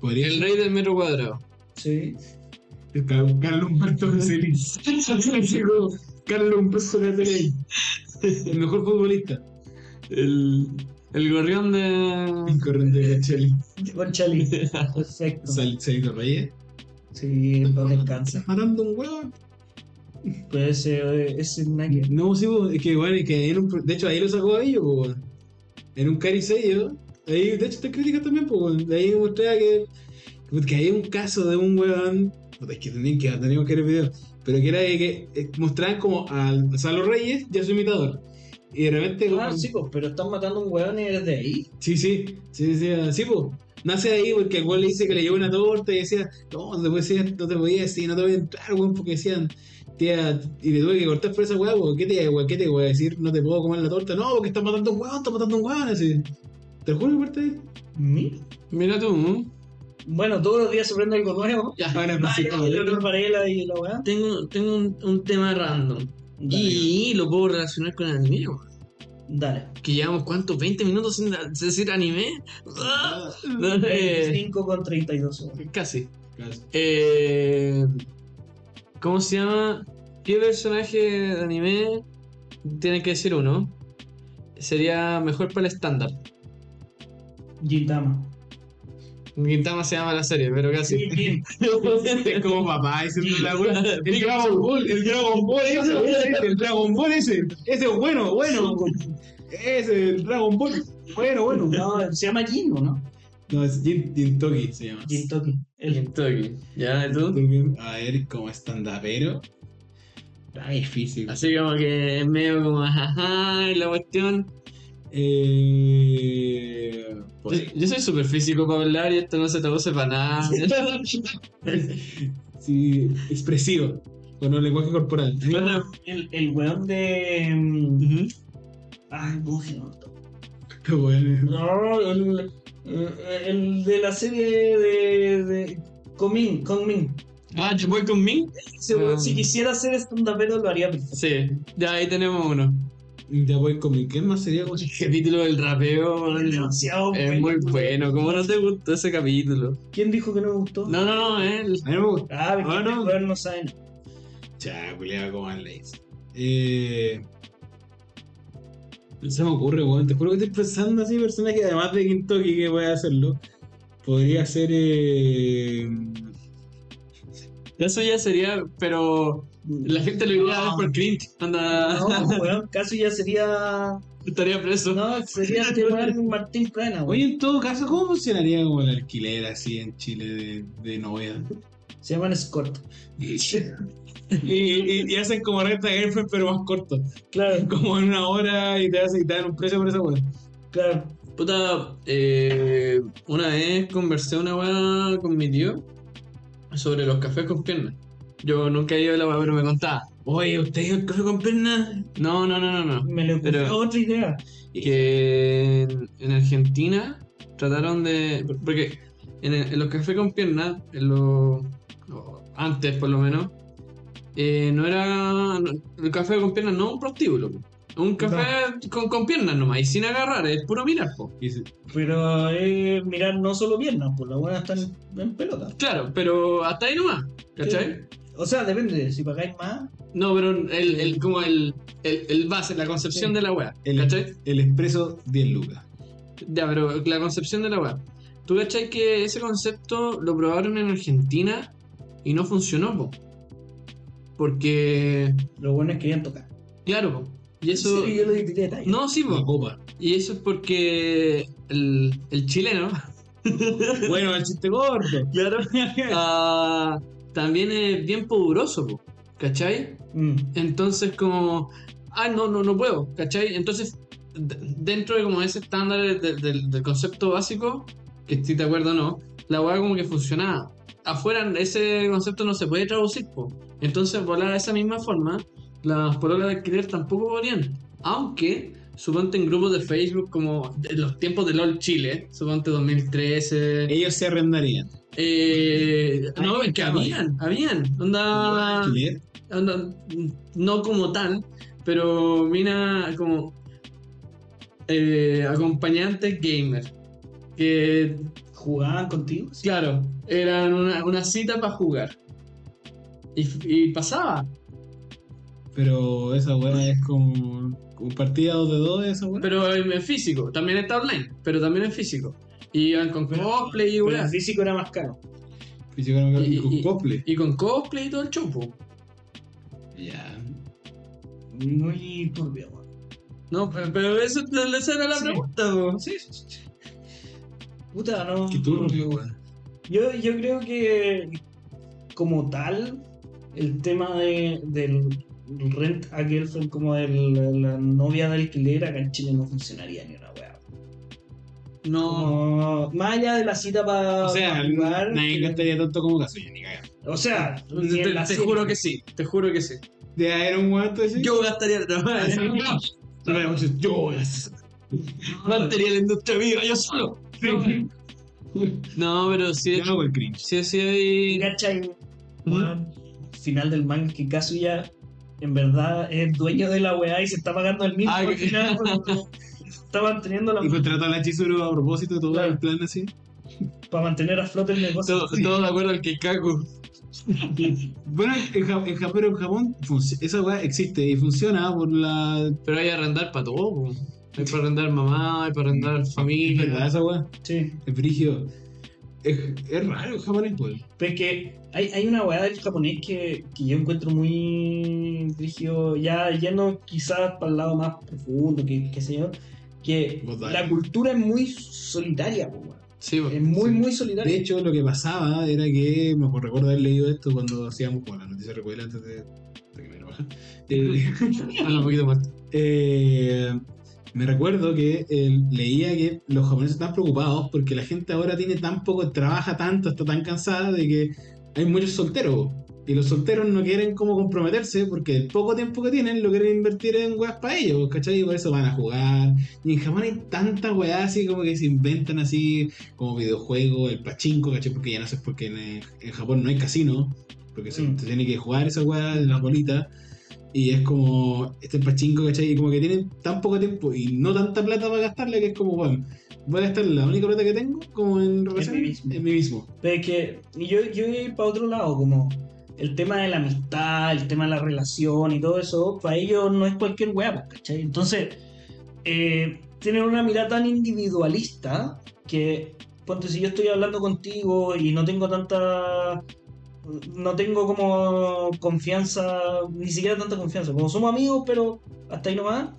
[SPEAKER 3] podría
[SPEAKER 1] el rey del metro cuadrado.
[SPEAKER 2] Sí.
[SPEAKER 3] Car- Carlos Humberto Caceres. Carlos Humberto Caceres. El mejor futbolista.
[SPEAKER 1] El, el gorrión
[SPEAKER 3] El
[SPEAKER 1] de.
[SPEAKER 3] corriente de Cacheli.
[SPEAKER 2] Con Chalí. Perfecto.
[SPEAKER 3] Sal- Salito Reyes.
[SPEAKER 2] Sí, no descansa.
[SPEAKER 3] Matando un huevo.
[SPEAKER 2] Pero ese, ese Nike.
[SPEAKER 3] No, sí, po, es que bueno, es que en un, pro- de hecho ahí lo sacó a ellos, po, weón. en un caricello. Ahí, de hecho, te crítica también, po, weón. de ahí demostraba que, que hay un caso de un weón, puta, es que tenían que, teníamos que ver el video, pero que era de que eh, mostraban como al- a Salo Reyes y a su imitador. Y de repente,
[SPEAKER 2] Ah,
[SPEAKER 3] como-
[SPEAKER 2] sí, pues, pero están matando a un weón y eres de ahí.
[SPEAKER 3] Sí, sí, sí, sí, así, po. nace de ahí porque el weón le dice que le llevó una torta y decía, no, no te voy a decir, no te voy a decir, no te voy a entrar, weón, porque decían, tía, y le tuve que cortar por esa weá, weón, ¿qué te, weón, qué te voy a decir? No te puedo comer la torta, no, porque estás matando a un weón, estás matando a un weón, así. Te lo juro, aparte.
[SPEAKER 2] Mira.
[SPEAKER 1] Mira tú. ¿no?
[SPEAKER 2] Bueno, todos los días se prende algo nuevo.
[SPEAKER 1] Ya.
[SPEAKER 3] Ahora
[SPEAKER 2] Ah,
[SPEAKER 3] empecé
[SPEAKER 2] ya,
[SPEAKER 3] como
[SPEAKER 2] el otro Varela y la weá.
[SPEAKER 1] Tengo, tengo un, un tema random. Y lo puedo relacionar con el anime, weón.
[SPEAKER 2] Dale.
[SPEAKER 1] Que llevamos cuántos, 20 minutos sin da- sin decir anime. Ah, eh,
[SPEAKER 2] 25 con 32 segundos.
[SPEAKER 1] Casi. Eh, ¿Cómo se llama? ¿Qué personaje de anime tiene que decir uno? Sería mejor para el estándar.
[SPEAKER 2] Gintama.
[SPEAKER 1] Gintama se llama la serie, pero casi.
[SPEAKER 2] Gin-
[SPEAKER 3] Es como papá diciendo la weá. El
[SPEAKER 1] Pikachu.
[SPEAKER 3] Dragon Ball, el Dragon Ball ese, ese, el Dragon Ball ese. Ese es bueno, bueno. Ese, el Dragon Ball. Bueno, bueno.
[SPEAKER 2] No, se llama Jin, ¿o no?
[SPEAKER 3] No, es Jin, Jin Toki se llama.
[SPEAKER 2] Jintoki. El...
[SPEAKER 1] Gintoki. ¿Ya? ¿Y tú?
[SPEAKER 3] Toki. A ver, como stand-upero. Está difícil.
[SPEAKER 1] Así como que es medio como ajá, y la cuestión.
[SPEAKER 3] Eh,
[SPEAKER 1] Yo,
[SPEAKER 3] pues,
[SPEAKER 1] yo soy súper físico para hablar y esto no se traduce para nada.
[SPEAKER 3] sí, expresivo. Con un lenguaje corporal.
[SPEAKER 1] Claro.
[SPEAKER 2] El, el weón de. mm,
[SPEAKER 1] Ujú.
[SPEAKER 2] Ay, buje, no.
[SPEAKER 3] Qué bueno.
[SPEAKER 2] No, el, eh, el de la serie de. de Comin, Comin.
[SPEAKER 1] Ah, ¿te voy conmigo?
[SPEAKER 2] Si,
[SPEAKER 1] Ah.
[SPEAKER 2] si quisiera ser stand-upero, lo haría perfecto.
[SPEAKER 1] Sí, ya ahí tenemos uno.
[SPEAKER 3] Ya voy con mi. ¿Qué más sería?
[SPEAKER 1] El capítulo del rapeo, man,
[SPEAKER 2] Es demasiado
[SPEAKER 1] es muy bueno. ¿Cómo no te gustó ese capítulo?
[SPEAKER 2] ¿Quién dijo que no me gustó?
[SPEAKER 1] No, no, no, él.
[SPEAKER 3] A mí me gusta.
[SPEAKER 2] Ah, porque
[SPEAKER 3] Ah,
[SPEAKER 2] este
[SPEAKER 3] no.
[SPEAKER 2] weón no saben.
[SPEAKER 3] Ya, culiado, como al Lace. Eh. No se me ocurre, weón. Te juro que estoy pensando así, personaje, además de Kintoki, que puede hacerlo. Podría ser. Eh...
[SPEAKER 1] Eso ya sería, pero la gente lo iría a ver por cringe. Anda,
[SPEAKER 2] No, pues, weón, casi ya sería.
[SPEAKER 1] estaría preso.
[SPEAKER 2] No, sería este weón Martín Plana, weón.
[SPEAKER 3] Oye, en todo caso, ¿cómo funcionaría como el alquiler así en Chile de, de novia?
[SPEAKER 2] Se llaman Escort.
[SPEAKER 3] y, y- y hacen como renta de Girlfriend, pero más corto.
[SPEAKER 2] Claro,
[SPEAKER 3] Como en una hora y te hacen y te dan un precio por esa weón.
[SPEAKER 2] claro.
[SPEAKER 1] Puta, eh, una vez conversé una weá con mi tío sobre los cafés con piernas. Yo nunca he ido a la weá, pero me contaba. "Oh, Oye, ¿usted iba al café con piernas? No, no, no, no, no.
[SPEAKER 2] Me le ocurrió
[SPEAKER 1] Pero-
[SPEAKER 2] otra idea.
[SPEAKER 1] que en, en Argentina trataron de. Porque en, el- en los cafés con piernas, en los- o antes por lo menos, eh, no era. no- el café con piernas no es un prostíbulo. po. Un café con, con piernas nomás, y sin agarrar, es puro mirar, po.
[SPEAKER 3] Y se-
[SPEAKER 2] Pero eh, mirar no solo piernas, pues las buenas están en, en pelota.
[SPEAKER 1] Claro, pero hasta ahí nomás, ¿cachai?
[SPEAKER 2] O sea, depende, si pagáis más.
[SPEAKER 1] No, pero el, el- como el, el, el base, la concepción
[SPEAKER 2] Sí.
[SPEAKER 1] de la wea,
[SPEAKER 3] el,
[SPEAKER 1] ¿cachai?
[SPEAKER 3] el expreso 10 lucas.
[SPEAKER 1] Ya, pero la concepción de la web. ¿Tú cachai que ese concepto lo probaron en Argentina y no funcionó, po? Porque.
[SPEAKER 2] Los buenos querían tocar.
[SPEAKER 1] Claro, po. Y eso.
[SPEAKER 2] Sí, yo lo tiré de talla.
[SPEAKER 1] No, sí,
[SPEAKER 3] Una
[SPEAKER 1] po.
[SPEAKER 3] copa.
[SPEAKER 1] Y eso es porque el, el chileno.
[SPEAKER 3] Bueno, el chiste corto.
[SPEAKER 1] Claro. ah, también es bien poderoso, po. ¿Cachai?
[SPEAKER 2] Mm.
[SPEAKER 1] Entonces como, ah, no, no, no puedo, ¿cachai? Entonces, d- dentro de como ese estándar de- de- del- del concepto básico, que si te acuerdo o no, la weá como que funcionaba. Afuera ese concepto no se puede traducir, po. Entonces, volar de esa misma forma, las pololas de alquiler tampoco podrían. Aunque, suponte en grupos de Facebook como de los tiempos de LOL Chile, suponte 2013...
[SPEAKER 3] Ellos se arrendarían.
[SPEAKER 1] Eh, no,
[SPEAKER 2] Ay,
[SPEAKER 1] que
[SPEAKER 2] cabrón.
[SPEAKER 1] habían, habían. Onda...
[SPEAKER 3] Alquiler.
[SPEAKER 1] Onda, no como tal, pero mina como eh, acompañante gamer. Que,
[SPEAKER 2] ¿Jugaban contigo? Sí.
[SPEAKER 1] claro, eran una, una cita para jugar. Y, y pasaba.
[SPEAKER 3] Pero esa weá es como. como partida 2 de 2 esa weá.
[SPEAKER 1] Pero en en físico, también está online, pero también en físico. Y iban con cosplay y
[SPEAKER 2] Pero
[SPEAKER 1] weá,
[SPEAKER 2] el físico era más caro.
[SPEAKER 3] Y llegaron acá
[SPEAKER 1] Y-
[SPEAKER 3] y con
[SPEAKER 1] y-
[SPEAKER 3] Cople.
[SPEAKER 1] Y con cosplay y todo el chopo.
[SPEAKER 3] Ya.
[SPEAKER 2] Muy turbio, weón.
[SPEAKER 1] No, pe- pero eso, esa era la
[SPEAKER 2] Sí.
[SPEAKER 1] pregunta, po.
[SPEAKER 2] Sí, sí, sí. Puta, no.
[SPEAKER 3] Qué turbio, weón.
[SPEAKER 2] Yo, yo creo que como tal, el tema de, del rent a girlfriend como de la, la novia de alquiler acá en Chile no funcionaría ni una weá.
[SPEAKER 3] No.
[SPEAKER 2] Como, más allá de la cita para
[SPEAKER 3] O
[SPEAKER 1] Ah,
[SPEAKER 3] sea,
[SPEAKER 2] jugar.
[SPEAKER 3] nadie gastaría tanto como Kazuya, ni cagando.
[SPEAKER 2] O sea, ni en
[SPEAKER 1] Te,
[SPEAKER 2] la
[SPEAKER 1] te
[SPEAKER 2] serie.
[SPEAKER 1] juro que sí, te juro que sí.
[SPEAKER 3] De haber un guato así.
[SPEAKER 1] Yo gastaría el trabajo.
[SPEAKER 3] Así, no. No me gusta, yo es.
[SPEAKER 1] Mantenía la industria viva yo solo.
[SPEAKER 3] Sí.
[SPEAKER 1] No, pero sí,
[SPEAKER 3] Yo hago el cringe.
[SPEAKER 1] sí, sí hay.
[SPEAKER 2] ¿Cachai? Weón, final del manga que Kazuya en verdad es dueño de la weá y se está pagando el mismo
[SPEAKER 1] Ah,
[SPEAKER 2] al
[SPEAKER 1] que-
[SPEAKER 2] final weón. está manteniendo la
[SPEAKER 3] Y pues contrató a la Chizuru a propósito, todo
[SPEAKER 2] Claro.
[SPEAKER 3] el plan así.
[SPEAKER 2] para mantener a flote el negocio.
[SPEAKER 1] Todo, todo de acuerdo al Keikaku.
[SPEAKER 3] Bueno, en, Ja- en Ja- pero en Japón func- esa weá existe y funciona por la.
[SPEAKER 1] Pero hay que arrendar para todo. po. Hay para arrendar mamá, hay para arrendar
[SPEAKER 3] Es verdad,
[SPEAKER 1] familia.
[SPEAKER 3] esa weá.
[SPEAKER 2] Sí.
[SPEAKER 3] Es brígido. Es, es raro en Japón, es bueno.
[SPEAKER 2] Porque Pues hay, hay una weá del japonés que, que yo encuentro muy rígido, ya yendo quizás para el lado más profundo, que, que sé yo, que
[SPEAKER 3] Vos dale.
[SPEAKER 2] la cultura es muy solitaria, po, weón.
[SPEAKER 1] Sí, po.
[SPEAKER 2] es muy,
[SPEAKER 3] Sí.
[SPEAKER 2] muy solitaria.
[SPEAKER 3] De hecho, lo que pasaba era que, me acuerdo- recuerdo haber leído esto cuando hacíamos, bueno, la noticia recuela antes de, de que me lo bajan. Eh,
[SPEAKER 1] Habla un poquito más.
[SPEAKER 3] eh, me recuerdo que eh, leía que los japoneses están preocupados porque la gente ahora tiene tan poco, trabaja tanto, está tan cansada de que hay muchos solteros. Y los solteros no quieren como comprometerse porque el poco tiempo que tienen lo quieren invertir en weas para ellos, ¿cachai? Y por eso van a jugar. Y en Japón hay tantas weas así como que se inventan así, como videojuego, el pachinko, ¿cachai? Porque ya no sé, porque en, eh, en Japón no hay casino, porque se,
[SPEAKER 2] Mm.
[SPEAKER 3] se tiene que jugar esa wea en las bolitas. Y es como, este pachinko, ¿cachai? Y como que tienen tan poco tiempo y no tanta plata para gastarle que es como, bueno, voy a gastar la única plata que tengo como en relación
[SPEAKER 2] mí mismo.
[SPEAKER 3] En mí mismo.
[SPEAKER 2] Pero es que y yo, yo voy para otro lado, como el tema de la amistad, el tema de la relación y todo eso, para ellos no es cualquier hueá, pues, ¿cachai? Entonces, eh, tienen una mirada tan individualista que, ponte, si yo estoy hablando contigo y no tengo tanta. No tengo como confianza, ni siquiera tanta confianza, como somos amigos, pero hasta ahí nomás.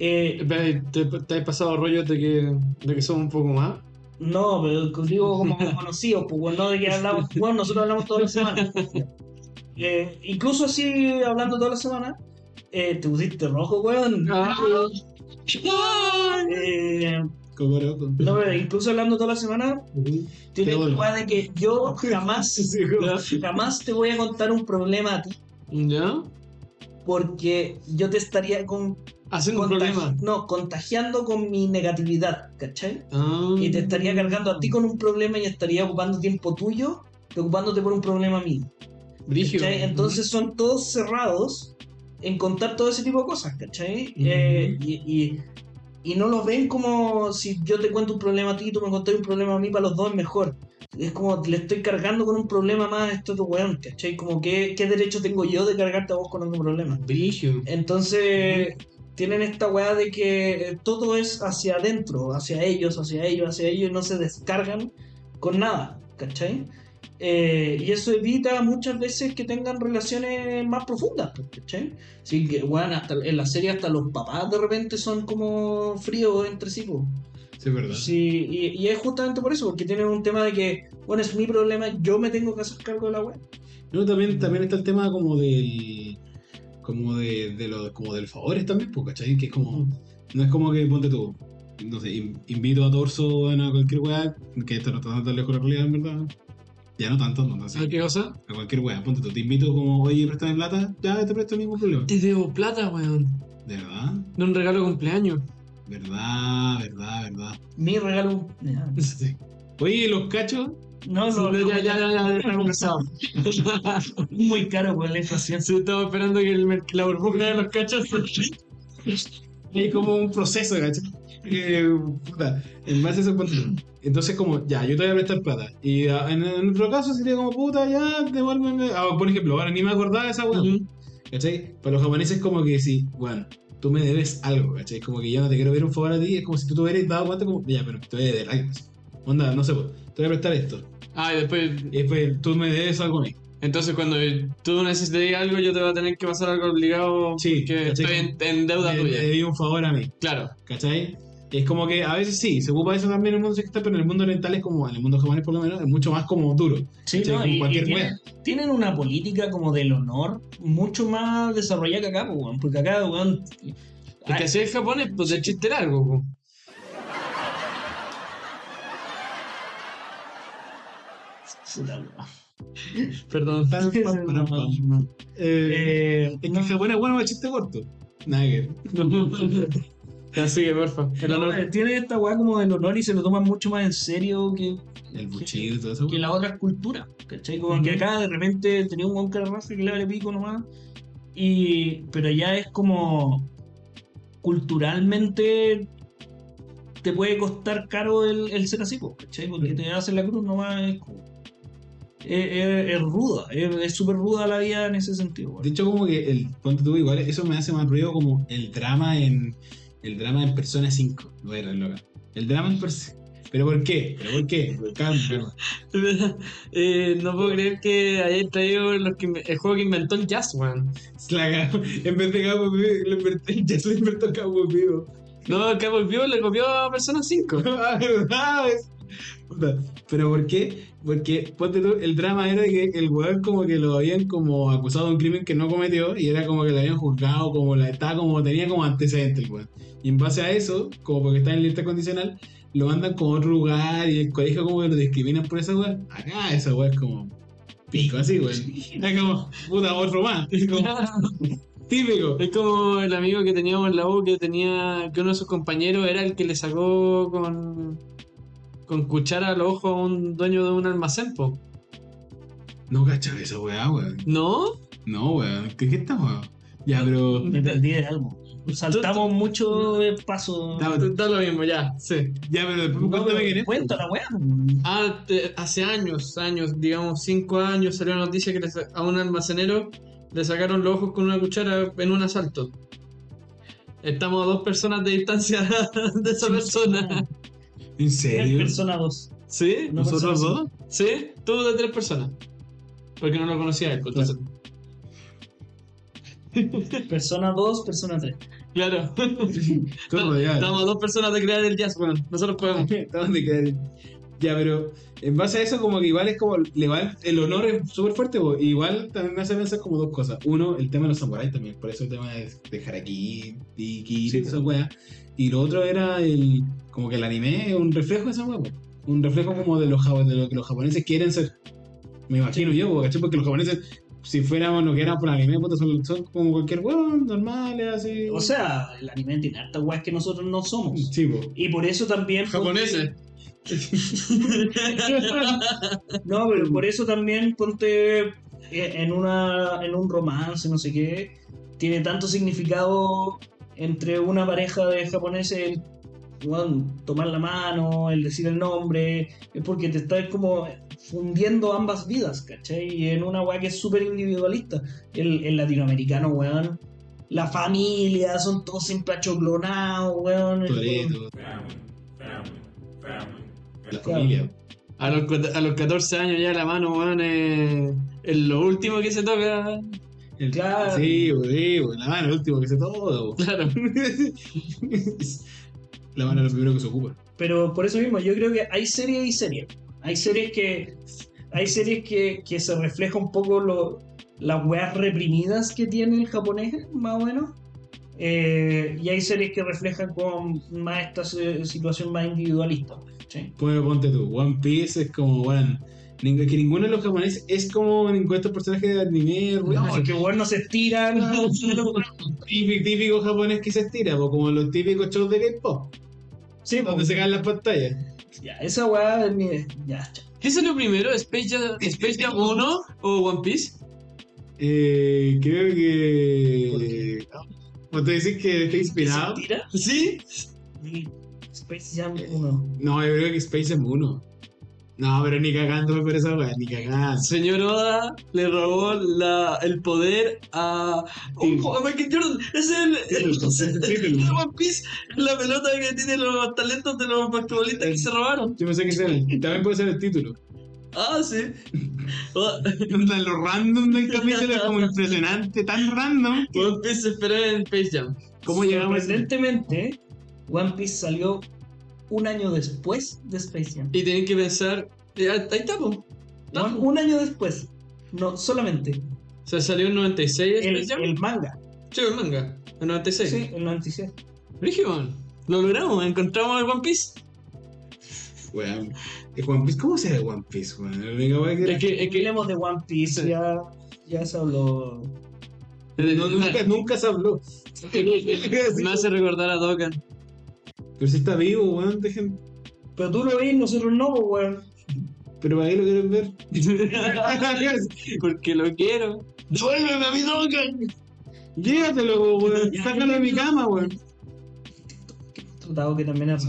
[SPEAKER 2] eh,
[SPEAKER 1] Ve, Te, te has pasado rollo de que, de que somos un poco más.
[SPEAKER 2] no, pero digo como conocidos, pues bueno, no de que hablamos, bueno, nosotros hablamos todas las semanas. Eh, incluso así hablando todas las semanas, eh, te pusiste rojo, weón. Eh,
[SPEAKER 3] Cocoroco.
[SPEAKER 2] no, pero incluso hablando todas las semanas,
[SPEAKER 3] Te
[SPEAKER 2] tienes
[SPEAKER 3] vuelvo.
[SPEAKER 2] la de que yo jamás, jamás te voy a contar un problema a ti,
[SPEAKER 1] ¿Ya?
[SPEAKER 2] porque yo te estaría con,
[SPEAKER 1] Haciendo un
[SPEAKER 2] contagi-
[SPEAKER 1] problema.
[SPEAKER 2] no, contagiando con mi negatividad, ¿cachai?
[SPEAKER 1] Ah.
[SPEAKER 2] y te estaría cargando a ti con un problema y estaría ocupando tiempo tuyo, preocupándote por un problema mío.
[SPEAKER 1] Brígido.
[SPEAKER 2] ¿cachai? Entonces son todos cerrados en contar todo ese tipo de cosas, ¿cachai?
[SPEAKER 1] Ujú.
[SPEAKER 2] Eh, y, y- y no los ven como si yo te cuento un problema a ti y tú me contás un problema a mí, para los dos es mejor. Es como le estoy cargando con un problema más a estos dos weón, ¿cachai? Como ¿qué, qué derecho tengo yo de cargarte a vos con otro problema.
[SPEAKER 1] Brígido.
[SPEAKER 2] Entonces tienen esta weá de que eh, todo es hacia adentro, hacia ellos, hacia ellos, hacia ellos, y no se descargan con nada, ¿cachai? Eh, y eso evita muchas veces que tengan relaciones más profundas, pues, ¿cachai? Así que, weón, hasta en la serie hasta los papás de repente son como fríos entre sí, pues.
[SPEAKER 3] Sí, es verdad.
[SPEAKER 2] Sí, y, y es justamente por eso, porque tienen un tema de que, bueno, es mi problema, yo me tengo que hacer cargo de la weá.
[SPEAKER 3] No, también, también está el tema como del. como de, de lo, como del favores también, pues, ¿cachai? Que es como. No es como que ponte tú. No sé, in- invito a Torso bueno, a cualquier weá, que esto no está tan lejos de la realidad, en verdad. Ya no tanto, no, no sé.
[SPEAKER 1] ¿Sabes qué cosa?
[SPEAKER 3] A cualquier weá, ponte tú. Te invito como, oye, préstame plata, ya te presto el mismo problema.
[SPEAKER 1] Te debo plata, weón.
[SPEAKER 3] De verdad,
[SPEAKER 1] De un regalo de cumpleaños.
[SPEAKER 3] verdad, verdad, verdad.
[SPEAKER 2] Mi regalo. ya.
[SPEAKER 3] Oye, los cachos,
[SPEAKER 2] No, no,
[SPEAKER 1] No,
[SPEAKER 2] no,
[SPEAKER 1] ya, ya, ya, ya, ya, conversado.
[SPEAKER 2] Muy caro con la inflación.
[SPEAKER 1] Sí, estaba esperando que el merc- la burbuja de los cachos.
[SPEAKER 3] Hay como un proceso, ¿cachai? Eh, puta, en base a eso, ponte tú. Entonces, como, ya, yo te voy a prestar plata. Y ah, en, en otro caso sería como, puta, ya, devuélveme. Ah, por ejemplo, ahora ni me acordaba de esa weá.
[SPEAKER 1] Ujú.
[SPEAKER 3] ¿Cachai? Para los japoneses, como que sí, bueno, tú me debes algo, ¿cachai? Como que ya no te quiero ver un favor a ti. Es como si tú te hubieras dado cuenta, como, ya, pero te voy a deber algo. Onda, no sé, pues, te voy a prestar esto.
[SPEAKER 1] Ah, y después.
[SPEAKER 3] Y después tú me debes algo a mí.
[SPEAKER 1] Entonces, cuando tú necesites algo, yo te voy a tener que pasar algo obligado.
[SPEAKER 3] Sí,
[SPEAKER 1] Que eh.
[SPEAKER 3] ¿cachai?
[SPEAKER 1] estoy en, en deuda
[SPEAKER 3] Me- me
[SPEAKER 1] tuya.
[SPEAKER 3] debí un favor a mí.
[SPEAKER 1] Claro.
[SPEAKER 3] ¿Cachai? Es como que a veces sí, se ocupa eso también en el mundo sexista, pero en el mundo oriental es como, en el mundo japonés por lo menos, es mucho más como duro.
[SPEAKER 2] Sí,
[SPEAKER 3] Sí,
[SPEAKER 2] no,
[SPEAKER 3] Este, con
[SPEAKER 2] y- y
[SPEAKER 3] cualquier
[SPEAKER 2] tienen, tienen una política como del honor mucho más desarrollada que acá, pues, weón, porque acá, weón,
[SPEAKER 1] Es que
[SPEAKER 2] ay,
[SPEAKER 1] así es japonés, pues de chiste largo. po.
[SPEAKER 2] Puta, weón.
[SPEAKER 1] Perdón.
[SPEAKER 3] Eh,
[SPEAKER 2] Eh,
[SPEAKER 3] Es que fue buena, bueno, el chiste corto. Nada que ver.
[SPEAKER 1] Ya sigue, pues. porfa. El
[SPEAKER 2] no,
[SPEAKER 1] honor.
[SPEAKER 2] eh, tiene esta weá como del honor y se lo toman mucho más en serio que,
[SPEAKER 3] El buchillo y todo eso.
[SPEAKER 2] que las otras culturas. ¿Cachai? Como que acá de repente tenía un honka raza que le vale pico nomás. Y, pero ya es como culturalmente te puede costar caro el, el ser así, po, ¿cachai? Porque te hacen la cruz nomás. Es, como- es- es- es ruda, es es súper ruda la vida en ese sentido. weón.
[SPEAKER 3] De hecho, como que el ponte tú igual, eso me hace más ruido como el drama en el drama en Persona 5. Bueno, loca. El drama en Persona. ¿Pero por qué? ¿Pero por qué? Cambio.
[SPEAKER 1] Eh, no puedo creer que hayáis traído los que inve- el juego que inventó el jazz, weón.
[SPEAKER 3] La cagó. en vez de Cabo Vivo, lo invertí, ya se lo inventó Cabo Vivo.
[SPEAKER 1] No, que volvió, le copió a Persona 5.
[SPEAKER 3] Ah, ¿verdad? Es- puta. Pero ¿por qué? Porque ponte tú, el drama era que el weón como que lo habían como acusado de un crimen que no cometió y era como que lo habían juzgado, como la estaba como tenía como antecedente el weón. Y en base a eso, como porque está en libertad condicional, lo mandan como a otro lugar y el colegio como que lo discriminan por esa weón. Acá esa weón es como pico así, weón. Es como, puta, otro más. Es como, típico.
[SPEAKER 1] Es como el amigo que teníamos en la U que tenía. que uno de sus compañeros era el que le sacó con. con cuchara al ojo a un dueño de un almacén, po.
[SPEAKER 3] No cachas esa weá, weón.
[SPEAKER 1] ¿No?
[SPEAKER 3] No, weón. ¿Qué, qué está, weón? Ya, pero...
[SPEAKER 2] Me perdí de algo. Saltamos mucho de paso.
[SPEAKER 3] Está-
[SPEAKER 1] Da lo mismo, ya, sí.
[SPEAKER 3] Ya, pero después
[SPEAKER 2] No,
[SPEAKER 3] cuéntame
[SPEAKER 2] pero
[SPEAKER 3] quién es.
[SPEAKER 2] Cuenta la weá.
[SPEAKER 1] Ah, te- hace años, años, digamos cinco años, salió la noticia que le sa- a un almacenero le sacaron los ojos con una cuchara en un asalto. Estamos a dos personas de distancia de esa persona.
[SPEAKER 3] ¿En
[SPEAKER 2] Es
[SPEAKER 3] serio?
[SPEAKER 2] persona 2.
[SPEAKER 1] ¿Sí?
[SPEAKER 2] No,
[SPEAKER 3] ¿Nosotros
[SPEAKER 2] persona,
[SPEAKER 3] dos?
[SPEAKER 1] ¿Sí? Tú de tres personas. Porque no lo conocía él. entonces-
[SPEAKER 2] Persona 2, persona 3.
[SPEAKER 1] Claro.
[SPEAKER 3] Todo ya.
[SPEAKER 1] Estamos a dos personas de crear el jazz, bueno, nosotros podemos.
[SPEAKER 3] Estamos de quedar. Ya, pero en base a eso, como que igual es como. Le va, el honor es súper fuerte, po. Igual también me hace pensar como dos cosas. Uno, el tema de los samuráis también. Por eso el tema de, de Haraki, Tiki,
[SPEAKER 2] Sí,
[SPEAKER 3] esa weá. Y lo otro era el. Como que el anime es un reflejo de esa weá, po. Un reflejo como de, los, jap- de lo que los japoneses quieren ser. Me imagino yo, po, ¿cachai? Porque los japoneses. Si fuéramos lo que eran por anime, puta, son, son como cualquier weón, normales, así.
[SPEAKER 2] O sea, el anime tiene harta weá que nosotros no somos.
[SPEAKER 3] sí, po.
[SPEAKER 2] Y por eso también.
[SPEAKER 1] Japoneses.
[SPEAKER 2] No, pero por eso también ponte eh, en, una, en un romance, no sé qué. Tiene tanto significado entre una pareja de japoneses el weón, tomar la mano, el decir el nombre. Es porque te estás como fundiendo ambas vidas, ¿cachai? Y en una weá que es súper individualista. El, el latinoamericano, weón. La familia, son todos siempre achoclonados, weón.
[SPEAKER 3] Toreto. La
[SPEAKER 2] Claro.
[SPEAKER 3] familia.
[SPEAKER 1] A los, cuat- a los 14 años ya la mano, weón, es, es lo último que se toca.
[SPEAKER 3] El-
[SPEAKER 2] Claro.
[SPEAKER 3] Sí, bo, sí, bo, la mano, el último que se todo. bo.
[SPEAKER 1] Claro.
[SPEAKER 3] la mano es lo primero que se ocupa.
[SPEAKER 2] Pero por eso mismo, yo creo que hay series y series. Hay series que. Hay series que, que se refleja un poco lo- las weas reprimidas que tiene el japonés, más o menos. Eh, y hay series que reflejan con más esta si- situación más individualista. ¿sí?
[SPEAKER 3] Pues ponte tú, One Piece es como, bueno, ning- que ninguno de los japoneses es como ningún de estos personajes de anime,
[SPEAKER 2] No,
[SPEAKER 3] ruidosos.
[SPEAKER 2] que bueno, se estiran.
[SPEAKER 3] típico, típico japonés que se estira, bo, como los típicos shows de K-pop,
[SPEAKER 2] sí,
[SPEAKER 3] donde
[SPEAKER 2] pues,
[SPEAKER 3] se caen las pantallas.
[SPEAKER 2] ya, esa wea. ni- Ya, chao.
[SPEAKER 1] ¿Qué salió primero? ¿Space Jam, Space Jam 1 o One Piece?
[SPEAKER 3] Eh, creo
[SPEAKER 2] ¿Por
[SPEAKER 3] que. ¿Vos te decís que está inspirado?
[SPEAKER 2] ¿Se estira?
[SPEAKER 1] ¿Sí?
[SPEAKER 2] Y Space Jam 1.
[SPEAKER 3] No, yo creo que Space es uno. No, pero ni cagando me parece, weá, ni cagando.
[SPEAKER 1] Señor Oda le robó la, el poder a.
[SPEAKER 3] Sí.
[SPEAKER 1] ¡Ojo! a Michael Jordan. Es el. el- el de One Piece, la pelota que tiene los talentos de los basquetbolistas que se robaron.
[SPEAKER 3] Yo pensé que sea el- también puede ser el título.
[SPEAKER 1] Ah, sí. Oda-
[SPEAKER 3] Onda, Lo random del capítulo es como impresionante, tan random. que-
[SPEAKER 1] One Piece se esperaba en Space Jam.
[SPEAKER 3] ¿Cómo llegamos a ese-
[SPEAKER 2] Sorprendentemente, One Piece salió un año después de Space Jam.
[SPEAKER 1] Y tienen que pensar. eh, ahí está, po.
[SPEAKER 2] No, un año después. No, solamente.
[SPEAKER 1] O sea, salió en 96 Space
[SPEAKER 2] El,
[SPEAKER 1] Jam.
[SPEAKER 2] el manga.
[SPEAKER 1] Sí, el manga. En 96.
[SPEAKER 2] Sí, el 96.
[SPEAKER 1] Brígido, Lo logramos, encontramos el One Piece.
[SPEAKER 3] Weón, ¿De One Piece? ¿Cómo se ve One Piece, weón? La única weá que-
[SPEAKER 1] Es que, es que
[SPEAKER 2] Hablemos de One Piece,
[SPEAKER 1] Sí.
[SPEAKER 2] ya, ya se habló.
[SPEAKER 3] No, nunca, nunca se habló.
[SPEAKER 1] Eh, me hace recordar a Dokkan.
[SPEAKER 3] Pero si está vivo, weón, dejen.
[SPEAKER 2] Pero tú lo ves, nosotros no, pues, weón.
[SPEAKER 3] Pero para qué lo quieren ver.
[SPEAKER 1] Porque lo quiero. ¡Devuélveme a mi Dokkan!
[SPEAKER 3] Llévatelo, weón. Sácalo de mi cama, weón.
[SPEAKER 2] Tratado que también hace.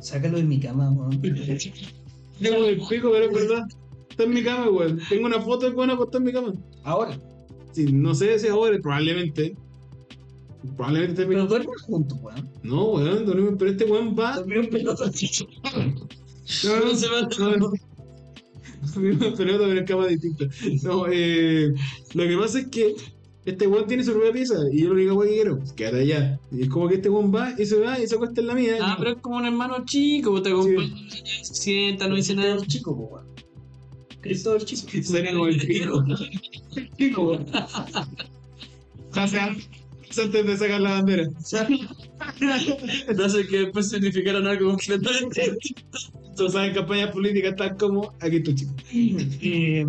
[SPEAKER 2] Sácalo de mi cama, weón.
[SPEAKER 3] Tengo el juego, pero es verdad. Está en mi cama, weón. Tengo una foto del weón acostado en mi cama.
[SPEAKER 2] Ahora.
[SPEAKER 3] Sí, no sé si ahora, probablemente. Probablemente esté en mi
[SPEAKER 2] Pero
[SPEAKER 3] cama.
[SPEAKER 2] duermen juntos, weón.
[SPEAKER 3] No, weón, dormimos, pero este weón
[SPEAKER 1] Ah,
[SPEAKER 3] va.
[SPEAKER 2] Dormieron pelotas, chicho.
[SPEAKER 1] No se va
[SPEAKER 3] No, no. Dormimos, pero no en cama distinta. No, eh. Lo que pasa es que este weón tiene su propia pieza y yo lo único weón que quiero, pues, quédate allá. Y es como que este weón va y se va y se acuesta en la mía.
[SPEAKER 1] Ah, pero es como un hermano chico, pues, te acompaña, se sienta, no dice nada.
[SPEAKER 2] Cristóbal chico, pues, weón. Cristóbal chico.
[SPEAKER 3] Suena como el pico.
[SPEAKER 2] Chico, weón.
[SPEAKER 3] O sea, antes de sacar la bandera.
[SPEAKER 1] No sé que después significaron algo completamente.
[SPEAKER 3] Tú sabes, campañas políticas tal como aquí tu chico.
[SPEAKER 2] Eh,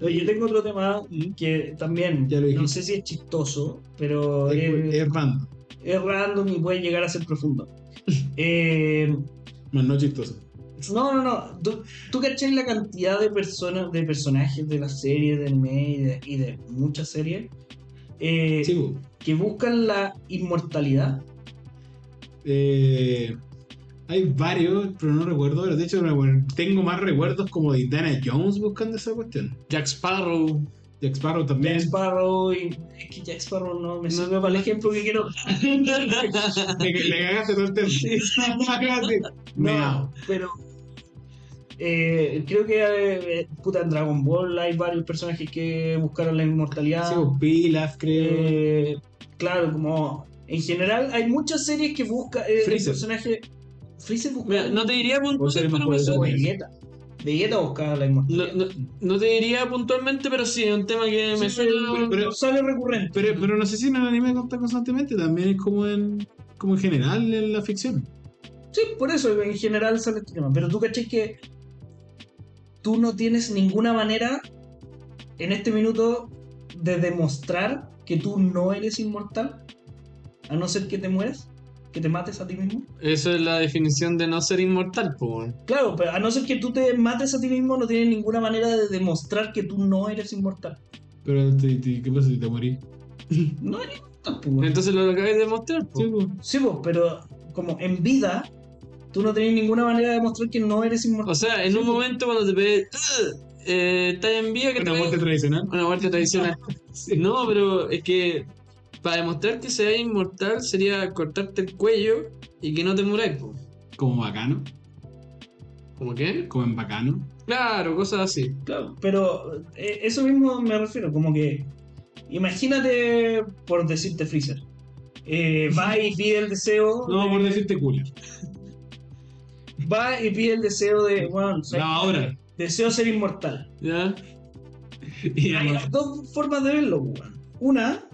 [SPEAKER 2] yo tengo otro tema que también,
[SPEAKER 3] Ya lo
[SPEAKER 2] no sé
[SPEAKER 3] dijiste.
[SPEAKER 2] si es chistoso, pero
[SPEAKER 3] Es
[SPEAKER 2] es,
[SPEAKER 3] es random.
[SPEAKER 2] es random y puede llegar a ser profundo. Eh,
[SPEAKER 3] Más no chistoso.
[SPEAKER 2] no, no, no. ¿Tú, tú cachai la cantidad de personas, de personajes de las series, del anime y de, y de muchas series eh,
[SPEAKER 3] Sí, bu.
[SPEAKER 2] que buscan la inmortalidad?
[SPEAKER 3] Eh, hay varios, pero no recuerdo. ahora. De hecho, no recuerdo. tengo más recuerdos como de Indiana Jones buscando esa cuestión.
[SPEAKER 1] Jack Sparrow.
[SPEAKER 3] Jack Sparrow también.
[SPEAKER 2] Jack Sparrow y es que Jack Sparrow no me sirve para el ejemplo que quiero.
[SPEAKER 3] Le, le cagaste todo el tema. Le cagaste.
[SPEAKER 2] No,
[SPEAKER 3] Meao.
[SPEAKER 2] pero eh, creo que eh, eh, puta, en Dragon Ball hay varios personajes que buscaron la inmortalidad.
[SPEAKER 3] Sí,
[SPEAKER 1] pues,
[SPEAKER 3] bu, Pilaf, creo.
[SPEAKER 2] Eh, claro, como en general hay muchas series que buscan eh, el
[SPEAKER 3] Freezer.
[SPEAKER 2] personaje. Freezer busca
[SPEAKER 1] Mira, no te diría puntualmente, pero me
[SPEAKER 3] Puede ser
[SPEAKER 2] o
[SPEAKER 1] suena.
[SPEAKER 3] más
[SPEAKER 2] Vegeta. Vegeta buscaba la
[SPEAKER 1] No,
[SPEAKER 2] inmortalidad.
[SPEAKER 1] no, no te diría puntualmente, pero sí, es un tema que me
[SPEAKER 2] Sí, pero-
[SPEAKER 1] suena.
[SPEAKER 2] pero sale recurrente.
[SPEAKER 3] Pero, pero no sé si en el anime consta constantemente. También es como en, como en general en la ficción.
[SPEAKER 2] Sí, por eso en general sale este tema. Pero tú caché que tú no tienes ninguna manera en este minuto de demostrar que tú no eres inmortal, a no ser que te mueras, que te mates a ti mismo.
[SPEAKER 1] Eso es la definición de no ser inmortal, pues.
[SPEAKER 2] Claro, pero a no ser que tú te mates a ti mismo, no tienes ninguna manera de demostrar que tú no eres inmortal.
[SPEAKER 3] Pero, te- te- ¿qué pasa si te morís?
[SPEAKER 2] No eres inmortal, pues, güey.
[SPEAKER 1] Entonces lo acabáis de mostrar,
[SPEAKER 3] Sí,
[SPEAKER 1] pues.
[SPEAKER 3] bu.
[SPEAKER 2] Sí, pues, pero como en vida, tú no tienes ninguna manera de demostrar que no eres inmortal.
[SPEAKER 1] O sea, en un momento cuando te pegué, eh, estás en vía que
[SPEAKER 3] Una
[SPEAKER 1] te
[SPEAKER 3] muerte
[SPEAKER 1] pegué-
[SPEAKER 3] tradicional.
[SPEAKER 1] una muerte tradicional.
[SPEAKER 3] Sí.
[SPEAKER 1] No, pero es que para demostrar que seas inmortal sería cortarte el cuello y que no te muráis, po.
[SPEAKER 3] Como bacano.
[SPEAKER 1] ¿Cómo qué?
[SPEAKER 3] Como en bacano.
[SPEAKER 1] Claro, cosas así.
[SPEAKER 2] Claro, pero eh, eso mismo me refiero, como que imagínate, por decirte Freezer, eh, va y pide el deseo,
[SPEAKER 3] No,
[SPEAKER 2] de-
[SPEAKER 3] por decirte culo.
[SPEAKER 2] va y pide el deseo de, bueno,
[SPEAKER 3] No, ahora.
[SPEAKER 2] deseo ser inmortal.
[SPEAKER 1] ¿Ya?
[SPEAKER 3] Y
[SPEAKER 2] Hay
[SPEAKER 3] ahora
[SPEAKER 2] dos formas de verlo, pues, weón. Una,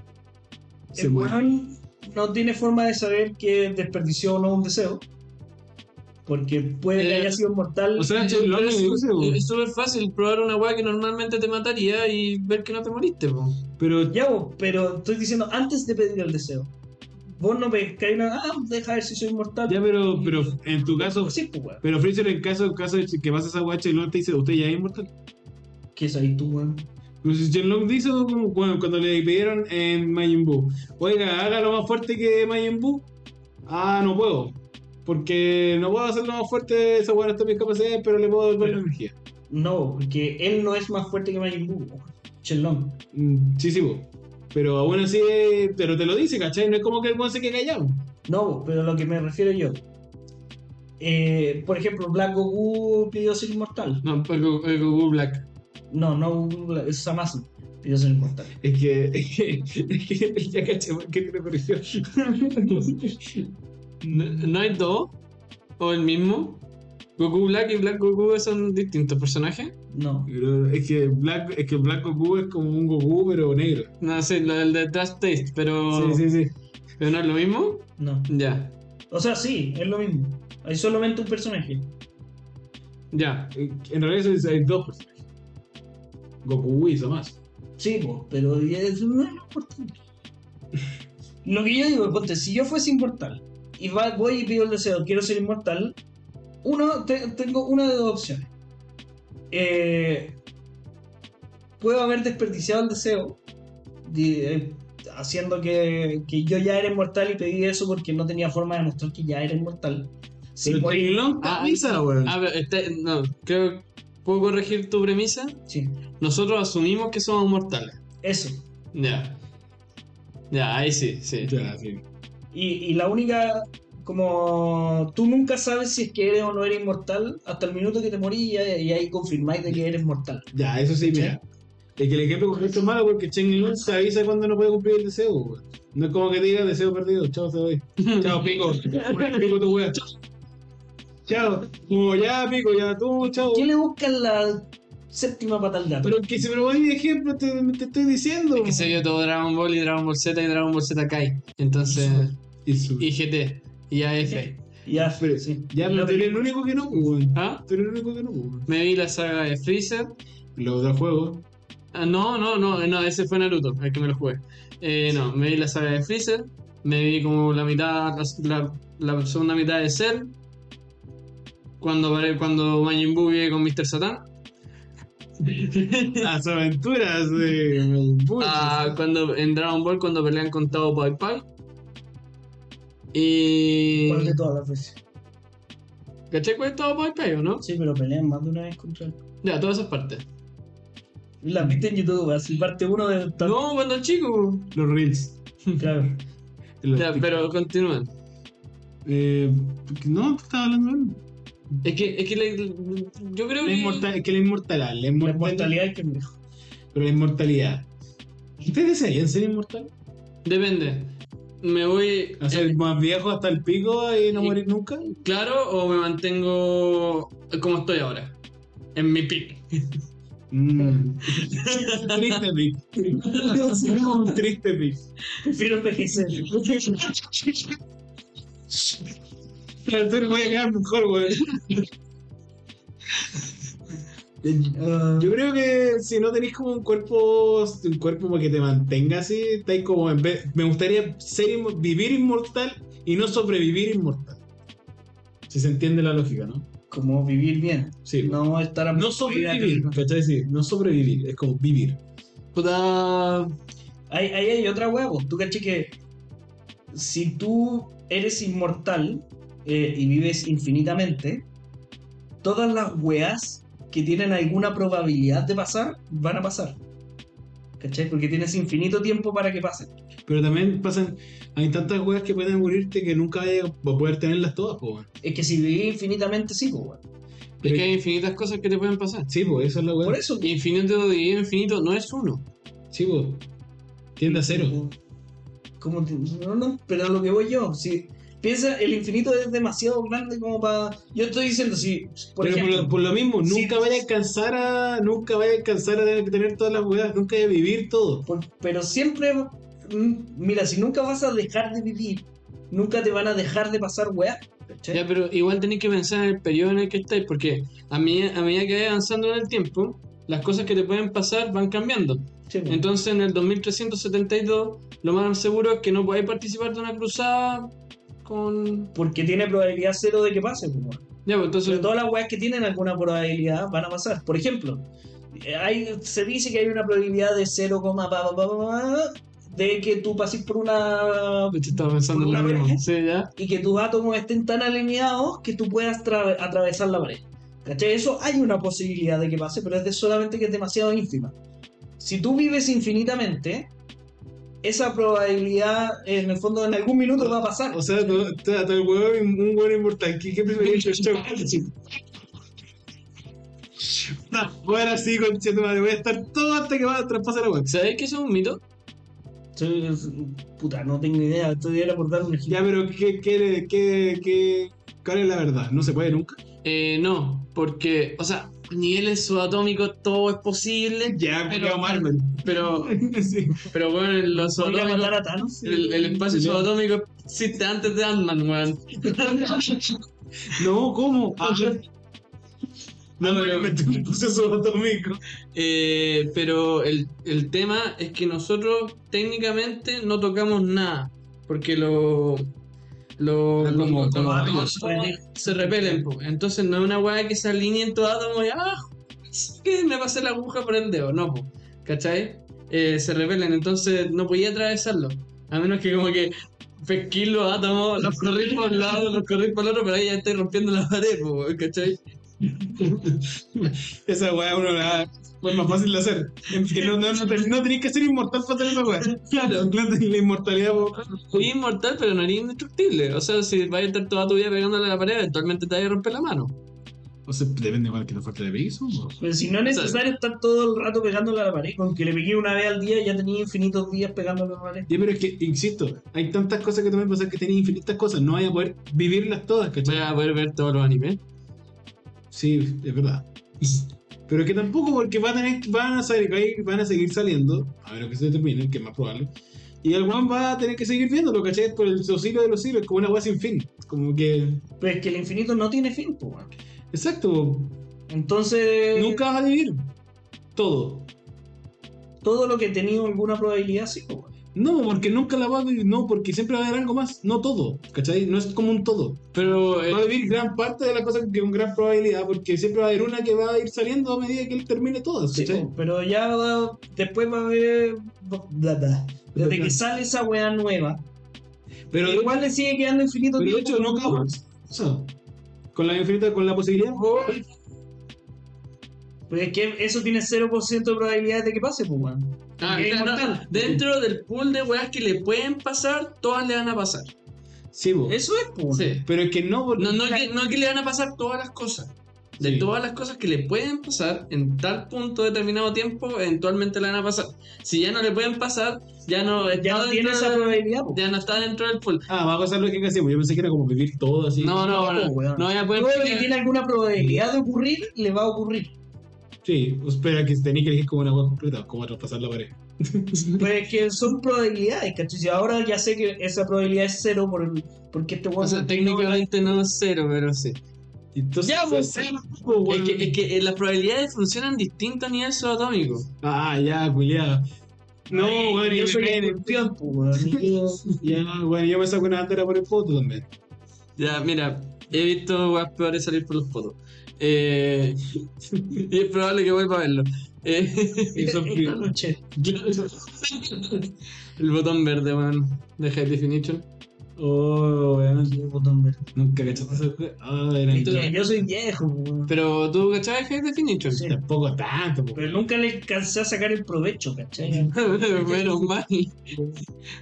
[SPEAKER 3] se
[SPEAKER 2] el
[SPEAKER 3] muere.
[SPEAKER 2] weón no tiene forma de saber que desperdició o no un deseo, porque puede que
[SPEAKER 1] Eh,
[SPEAKER 2] haya sido inmortal.
[SPEAKER 3] O sea,
[SPEAKER 1] Pero
[SPEAKER 3] es lo
[SPEAKER 1] es
[SPEAKER 3] único que
[SPEAKER 1] su-
[SPEAKER 3] sé,
[SPEAKER 1] es súper fácil probar una weá que normalmente te mataría y ver que no te moriste, po.
[SPEAKER 3] bu. Pero
[SPEAKER 2] Ya, vos, pero estoy diciendo antes de pedir el deseo. Vos no pescáis nada, ah, deja ver si soy inmortal.
[SPEAKER 3] Ya, pero, pero en tu caso,
[SPEAKER 2] Sí, pues, weón.
[SPEAKER 3] pero Freezer, en caso, en caso de que vas a esa guacha y no te dice, usted ya es inmortal.
[SPEAKER 2] ¿Qué es ahí tú, weón?
[SPEAKER 3] Pues si Shen Long dice como cuando, cuando le pidieron en Majin Buu, oiga, hágalo más fuerte que Majin Buu. Ah, no puedo. Porque no puedo hacerlo más fuerte, esa guana está en mis capacidades, pero le puedo devolver la energía.
[SPEAKER 2] No, porque él no es más fuerte que Majin Buu, weón. Shenlong.
[SPEAKER 3] Mm, sí, sí, vos. Pero aún así, eh, pero te lo dice, ¿cachai? No es como que el weón se quede callado.
[SPEAKER 2] No, pero a lo que me refiero yo. Eh, por ejemplo, Black Goku pidió ser inmortal.
[SPEAKER 1] No, el Goku- el Goku Black.
[SPEAKER 2] No, no Goku, Black- es Zamasu. Pidió ser inmortal.
[SPEAKER 3] Es que, es que, es que ya caché, ¿por qué te lo corrigió?
[SPEAKER 1] ¿No, eh, no hay dos? ¿O el mismo? Goku Black y Black Goku son distintos personajes.
[SPEAKER 2] No.
[SPEAKER 3] Pero es que Black, es que Black Goku es como un Goku, pero negro.
[SPEAKER 1] No sé, lo del de Trust Taste, pero,
[SPEAKER 3] Sí, sí, sí.
[SPEAKER 1] pero no es lo mismo.
[SPEAKER 2] No.
[SPEAKER 1] Ya.
[SPEAKER 2] O sea, sí, es lo mismo. Hay solamente un personaje.
[SPEAKER 1] Ya.
[SPEAKER 3] Eh, En realidad es- hay dos personajes. Goku y más.
[SPEAKER 2] Sí, po, pero ya es- no es lo importante. Lo que yo digo, ponte, si yo fuese inmortal y va- voy y pido el deseo, quiero ser inmortal, uno, te- tengo una de dos opciones. Eh, puedo haber desperdiciado el deseo, di- eh, haciendo que, que yo ya era inmortal y pedí eso porque no tenía forma de mostrar que ya era inmortal. Si
[SPEAKER 3] Pero
[SPEAKER 2] morí-
[SPEAKER 3] Tringlón
[SPEAKER 1] Ah,
[SPEAKER 3] camisa, weón.
[SPEAKER 1] A ver, está- no, creo. ¿Puedo corregir tu premisa?
[SPEAKER 2] sí,
[SPEAKER 1] Nosotros asumimos que somos mortales.
[SPEAKER 2] eso.
[SPEAKER 1] Ya. Ya, ahí sí, sí.
[SPEAKER 3] Ya, sí.
[SPEAKER 2] Y, y la única, como tú nunca sabes si es que eres o no eres inmortal hasta el minuto que te morís y, ahí- y ahí confirmáis de que eres mortal.
[SPEAKER 3] Ya, eso sí, mira. Es que el ejemplo concreto es malo porque Chen Lun se avisa cuando no puede cumplir el deseo, weón. No es como que te diga deseo perdido, chao, te doy. Chao, pico. pico tu weón. Chao. Como ya, pico, ya tú, chao.
[SPEAKER 2] ¿Quién le busca la séptima pata al gato?
[SPEAKER 3] Oh. Pero que se me lo voy de ejemplo, te, te estoy diciendo.
[SPEAKER 1] Es que se vio todo Dragon Ball y Dragon Ball Z y Dragon Ball Z Kai. Entonces,
[SPEAKER 3] Eso.
[SPEAKER 1] y GT, y AF.
[SPEAKER 2] ya,
[SPEAKER 3] pero-
[SPEAKER 2] sí.
[SPEAKER 3] Ya,
[SPEAKER 2] Y la
[SPEAKER 3] pero tú eres el
[SPEAKER 2] película-
[SPEAKER 3] único que no, pues, weón.
[SPEAKER 1] ¿Ah?
[SPEAKER 3] Tú eres el único que no, pues, weón.
[SPEAKER 1] Me vi la saga de Freezer.
[SPEAKER 3] Los dos juegos.
[SPEAKER 1] Ah, no, no, no, no, ese fue Naruto, el que me lo jugué. Eh, no, me vi la saga de Freezer, me vi como la mitad, la, la- la segunda mitad de Cell, cuando, apare- cuando Majin Buu vive con Mr. Satan,
[SPEAKER 3] Las aventuras de Melbourne.
[SPEAKER 1] ah, cuando, en Dragon Ball cuando pelean con Tao Pai Pai. Y...
[SPEAKER 2] ¿Cuál de todas las veces?
[SPEAKER 1] ¿Cachai cuál es Tao Pai Pai o no?
[SPEAKER 2] Sí, pero pelean más de una vez contra él.
[SPEAKER 1] Ya, todas esas partes.
[SPEAKER 2] La viste en YouTube, así parte uno de...
[SPEAKER 1] No, cuando chico.
[SPEAKER 3] Los reels.
[SPEAKER 2] Claro.
[SPEAKER 3] Los
[SPEAKER 1] Ya,
[SPEAKER 3] tic-
[SPEAKER 1] pero continúan.
[SPEAKER 3] Eh, no, te estaba hablando de
[SPEAKER 1] Es que, es que la- yo creo
[SPEAKER 3] la
[SPEAKER 1] que...
[SPEAKER 3] inmortal, que la inmortalidad, la
[SPEAKER 2] La
[SPEAKER 3] inmortalidad,
[SPEAKER 2] inmortalidad es que me dijo.
[SPEAKER 3] pero la inmortalidad. ¿Ustedes desearían ser inmortal?
[SPEAKER 1] Depende. Me voy...
[SPEAKER 3] O sea,
[SPEAKER 1] eh,
[SPEAKER 3] más viejo hasta el pico y no
[SPEAKER 1] y-
[SPEAKER 3] morir nunca.
[SPEAKER 1] claro o me mantengo como estoy ahora, en mi pick.
[SPEAKER 3] Mm. triste pic. Un triste pic.
[SPEAKER 2] Prefiero envejecer.
[SPEAKER 3] Claro, tú no voy a quedar mejor, güey.
[SPEAKER 2] Ah,
[SPEAKER 3] Yo creo que si no tenéis como un cuerpo, un cuerpo para que te mantenga así, estáis como en vez. Me gustaría ser, inmo- vivir inmortal y no sobrevivir inmortal. Si se entiende la lógica, ¿no?
[SPEAKER 2] como vivir bien.
[SPEAKER 3] Sí.
[SPEAKER 2] No estar... a-
[SPEAKER 3] No sobrevivir, ¿cachai? Sí, no sobrevivir, es como vivir.
[SPEAKER 1] Puta.
[SPEAKER 2] Ahí, ahí hay otra huevo. Tú caché que si tú eres inmortal eh, y vives infinitamente, todas las weas que tienen alguna probabilidad de pasar van a pasar. ¿Cachai? Porque tienes infinito tiempo para que pasen.
[SPEAKER 3] Pero también pasan, hay tantas weas que pueden morirte que nunca vas a poder tenerlas todas, po, weón.
[SPEAKER 2] Es que si vivís infinitamente, sí, pues, weón.
[SPEAKER 1] Es que hay infinitas cosas que te pueden pasar.
[SPEAKER 3] Sí, pues, esa es la
[SPEAKER 2] Por
[SPEAKER 3] wea.
[SPEAKER 2] eso.
[SPEAKER 1] Infinito dividido en infinito no es uno.
[SPEAKER 3] Sí, pues. Tiende a cero.
[SPEAKER 2] Como te- no, no, pero a lo que voy yo, si piensa, el infinito es demasiado grande como para. Yo estoy diciendo, si. Por
[SPEAKER 3] Pero
[SPEAKER 2] ejemplo,
[SPEAKER 3] por, lo, por lo mismo,
[SPEAKER 2] sí.
[SPEAKER 3] nunca vaya a alcanzar a. Nunca vaya a alcanzar a tener- tener todas las weas, nunca vaya a vivir todo.
[SPEAKER 2] Por- pero siempre, mm, mira, si nunca vas a dejar de vivir, nunca te van a dejar de pasar weá. ¿cachai?
[SPEAKER 1] Ya, pero igual tenéis que pensar en el periodo en el que estáis, porque a medida, a medida que vais avanzando en el tiempo, las cosas que te pueden pasar van cambiando.
[SPEAKER 2] Sí, bueno.
[SPEAKER 1] Entonces, en el 2372, lo más seguro es que no podáis participar de una cruzada con.
[SPEAKER 2] Porque tiene probabilidad cero de que pase. pues, weón.
[SPEAKER 1] Ya, pues entonces.
[SPEAKER 2] Sobre todas las weas que tienen alguna probabilidad van a pasar. Por ejemplo, eh, hay, se dice que hay una probabilidad de 0, pa, pa, pa, pa, de que tú pases por una...
[SPEAKER 1] Yo estaba pensando en
[SPEAKER 2] Una
[SPEAKER 1] lo mismo.
[SPEAKER 2] verga.
[SPEAKER 1] Sí, ya.
[SPEAKER 2] y que tus átomos estén tan alineados que tú puedas tra- atravesar la pared. ¿Cachai? Eso hay una posibilidad de que pase, pero es de solamente que es demasiado ínfima. Si tú vives infinitamente, esa probabilidad en el fondo en algún minuto va a pasar.
[SPEAKER 3] O sea, todo, todo, todo el weón, un weón inmortal. ¿Qué, qué preferiría yo? Puta, Ahora sí, conchetumare, voy a estar todo hasta que va a traspasar la wea.
[SPEAKER 1] ¿Sabéis que eso es un mito?
[SPEAKER 2] Soy- Puta, no tengo idea, estoy era por dar un ejemplo.
[SPEAKER 3] Ya, pero ¿qué, qué, qué, qué, ¿cuál es la verdad? ¿No se puede nunca?
[SPEAKER 1] Eh, no, porque, o sea, a niveles subatómicos todo es posible,
[SPEAKER 3] Ya,
[SPEAKER 1] Pero-
[SPEAKER 3] culiao Marvel.
[SPEAKER 1] pero,
[SPEAKER 3] sí.
[SPEAKER 1] pero bueno, en los
[SPEAKER 2] ¿Podría
[SPEAKER 1] subatómicos,
[SPEAKER 2] matar a Thanos?
[SPEAKER 1] el, el espacio
[SPEAKER 3] Sí.
[SPEAKER 1] subatómico existe antes de Ant-Man, weón.
[SPEAKER 3] No, ¿cómo? No, pero un proceso atómico.
[SPEAKER 1] Eh, pero el, el tema es que nosotros técnicamente no tocamos nada. Porque lo, lo-
[SPEAKER 3] Ah,
[SPEAKER 1] lo-
[SPEAKER 3] como-
[SPEAKER 1] lo-
[SPEAKER 3] como pues.
[SPEAKER 1] los
[SPEAKER 2] átomos
[SPEAKER 1] átomos
[SPEAKER 2] se repelen.
[SPEAKER 1] se repelen. po. Entonces no es una weá que se alineen todos átomos y ¡ah! que me pasé la aguja por el dedo. No, po. ¿cachai? Eh, se repelen, entonces no podía atravesarlo. A menos que como que pesquís los átomos, los corrí por un lado, los corrí por el otro, pero ahí ya estoy rompiendo la pared, po, weón, ¿cachai?
[SPEAKER 3] Esa weá uno la fue más fácil de hacer. Es que no, no, no, te- no tenés que ser inmortal para hacer esa weá.
[SPEAKER 1] Claro.
[SPEAKER 3] Claro, la inmortalidad po.
[SPEAKER 1] Fui inmortal, pero no eres indestructible. O sea, si vas a estar toda tu vida pegándole a la pared, eventualmente te vas a romper la mano.
[SPEAKER 3] O sea, depende igual que la fuerte de piso.
[SPEAKER 2] Pero si no es necesario estar todo el rato pegándole a la pared, con que le pegué una vez al día ya tenía infinitos días pegándole a la pared.
[SPEAKER 3] Ya, pero es que, insisto, hay tantas cosas que también pasar que tenés infinitas cosas. No vas a poder vivirlas todas,
[SPEAKER 1] Voy
[SPEAKER 3] ¿cachai?
[SPEAKER 1] a poder ver todos los animes.
[SPEAKER 3] Sí, es verdad. Pero que tampoco porque van a, tener, van a, salir, van a seguir saliendo, a menos que se terminen, que es más probable. Y el one va a tener que seguir viéndolo, ¿cachai? Por el, los siglos de los siglos, como una weá sin fin. Como que.
[SPEAKER 2] Pero es que el infinito no tiene fin, pues, weón.
[SPEAKER 3] Exacto,
[SPEAKER 2] Entonces,
[SPEAKER 3] nunca vas a vivir todo.
[SPEAKER 2] todo lo que tenía alguna probabilidad, sí, pues, weón.
[SPEAKER 3] No, porque nunca la vas a vivir, no, porque siempre va a haber algo más, no todo, ¿cachai? No es como un todo.
[SPEAKER 1] Pero eh,
[SPEAKER 3] Va a vivir gran parte de las cosas que con gran probabilidad, porque siempre va a haber una que va a ir saliendo a medida que él termine todas,
[SPEAKER 2] Sí,
[SPEAKER 3] ¿cachai?
[SPEAKER 2] pues, pero ya va- después va a haber. bla, bla. Desde que sale esa weá nueva,
[SPEAKER 3] pero de
[SPEAKER 2] igual le sigue quedando infinito
[SPEAKER 3] pero de
[SPEAKER 2] tiempo.
[SPEAKER 3] hecho no acabas. Eso. Con la infinita, con la posibilidad.
[SPEAKER 2] Pues es que eso tiene 0% de probabilidad de que pase, pues, weón.
[SPEAKER 1] ah,
[SPEAKER 2] es
[SPEAKER 1] claro,
[SPEAKER 2] inmortal.
[SPEAKER 1] dentro del pool de weas que le pueden pasar, todas le van a pasar.
[SPEAKER 3] Sí, bo.
[SPEAKER 2] Eso es, pues. weón.
[SPEAKER 1] Sí.
[SPEAKER 3] Pero es que no, porque
[SPEAKER 1] No, no, que, no que le van a pasar todas las cosas. De
[SPEAKER 3] Sí.
[SPEAKER 1] todas las cosas que le pueden pasar en tal punto determinado tiempo, eventualmente le van a pasar. Si ya no le pueden pasar, ya no,
[SPEAKER 2] Ya
[SPEAKER 1] está
[SPEAKER 2] no tiene
[SPEAKER 1] dentro
[SPEAKER 2] esa
[SPEAKER 1] de-
[SPEAKER 2] probabilidad, pues.
[SPEAKER 1] ya no está dentro del pool.
[SPEAKER 3] Ah, va a pasar lo que hacemos. Yo pensé que era como vivir todo así.
[SPEAKER 1] No, no,
[SPEAKER 2] no,
[SPEAKER 1] no,
[SPEAKER 2] weón.
[SPEAKER 1] no voy a poder
[SPEAKER 2] Todo lo que tiene alguna probabilidad de ocurrir, le va a ocurrir.
[SPEAKER 3] Sí, espera que tenía que elegir como una agua completa, como traspasar la pared.
[SPEAKER 2] Pero es que son probabilidades, ¿cachai? Si ahora ya sé que esa probabilidad es cero por el- porque este
[SPEAKER 1] O
[SPEAKER 2] weón.
[SPEAKER 1] sea, técnicamente no es cero, pero sí.
[SPEAKER 3] Entonces,
[SPEAKER 2] Ya, pues,
[SPEAKER 3] sí, bo,
[SPEAKER 1] Es
[SPEAKER 3] bueno.
[SPEAKER 1] que, es que, eh, las probabilidades funcionan distinto a nivel subatómico.
[SPEAKER 3] Ah, ya, culiado. No, weón, y
[SPEAKER 2] yo
[SPEAKER 3] me
[SPEAKER 2] soy
[SPEAKER 3] pene.
[SPEAKER 2] escorpión, pues, weón. y yo-
[SPEAKER 3] Ya, bueno, yo me saco una bandera por el foto también.
[SPEAKER 1] Ya, mira, he visto weas peores salir por los fotos. Eh, y es probable que vuelva a verlo. Eh,
[SPEAKER 3] Eso es
[SPEAKER 2] Esta noche.
[SPEAKER 1] el botón verde, weón, de High Definition.
[SPEAKER 3] Oh, weón.
[SPEAKER 2] pues, Yo, botón verde.
[SPEAKER 3] Nunca cachaste esa weón. Ah, era
[SPEAKER 1] Entonces-
[SPEAKER 2] Yo soy viejo, pues, weón.
[SPEAKER 1] Pero tú, ¿cachabas High Definition?
[SPEAKER 2] Sí.
[SPEAKER 3] Tampoco tanto, po.
[SPEAKER 2] Pero nunca le alcancé a sacar el provecho, ¿cachai?
[SPEAKER 1] Menos mal.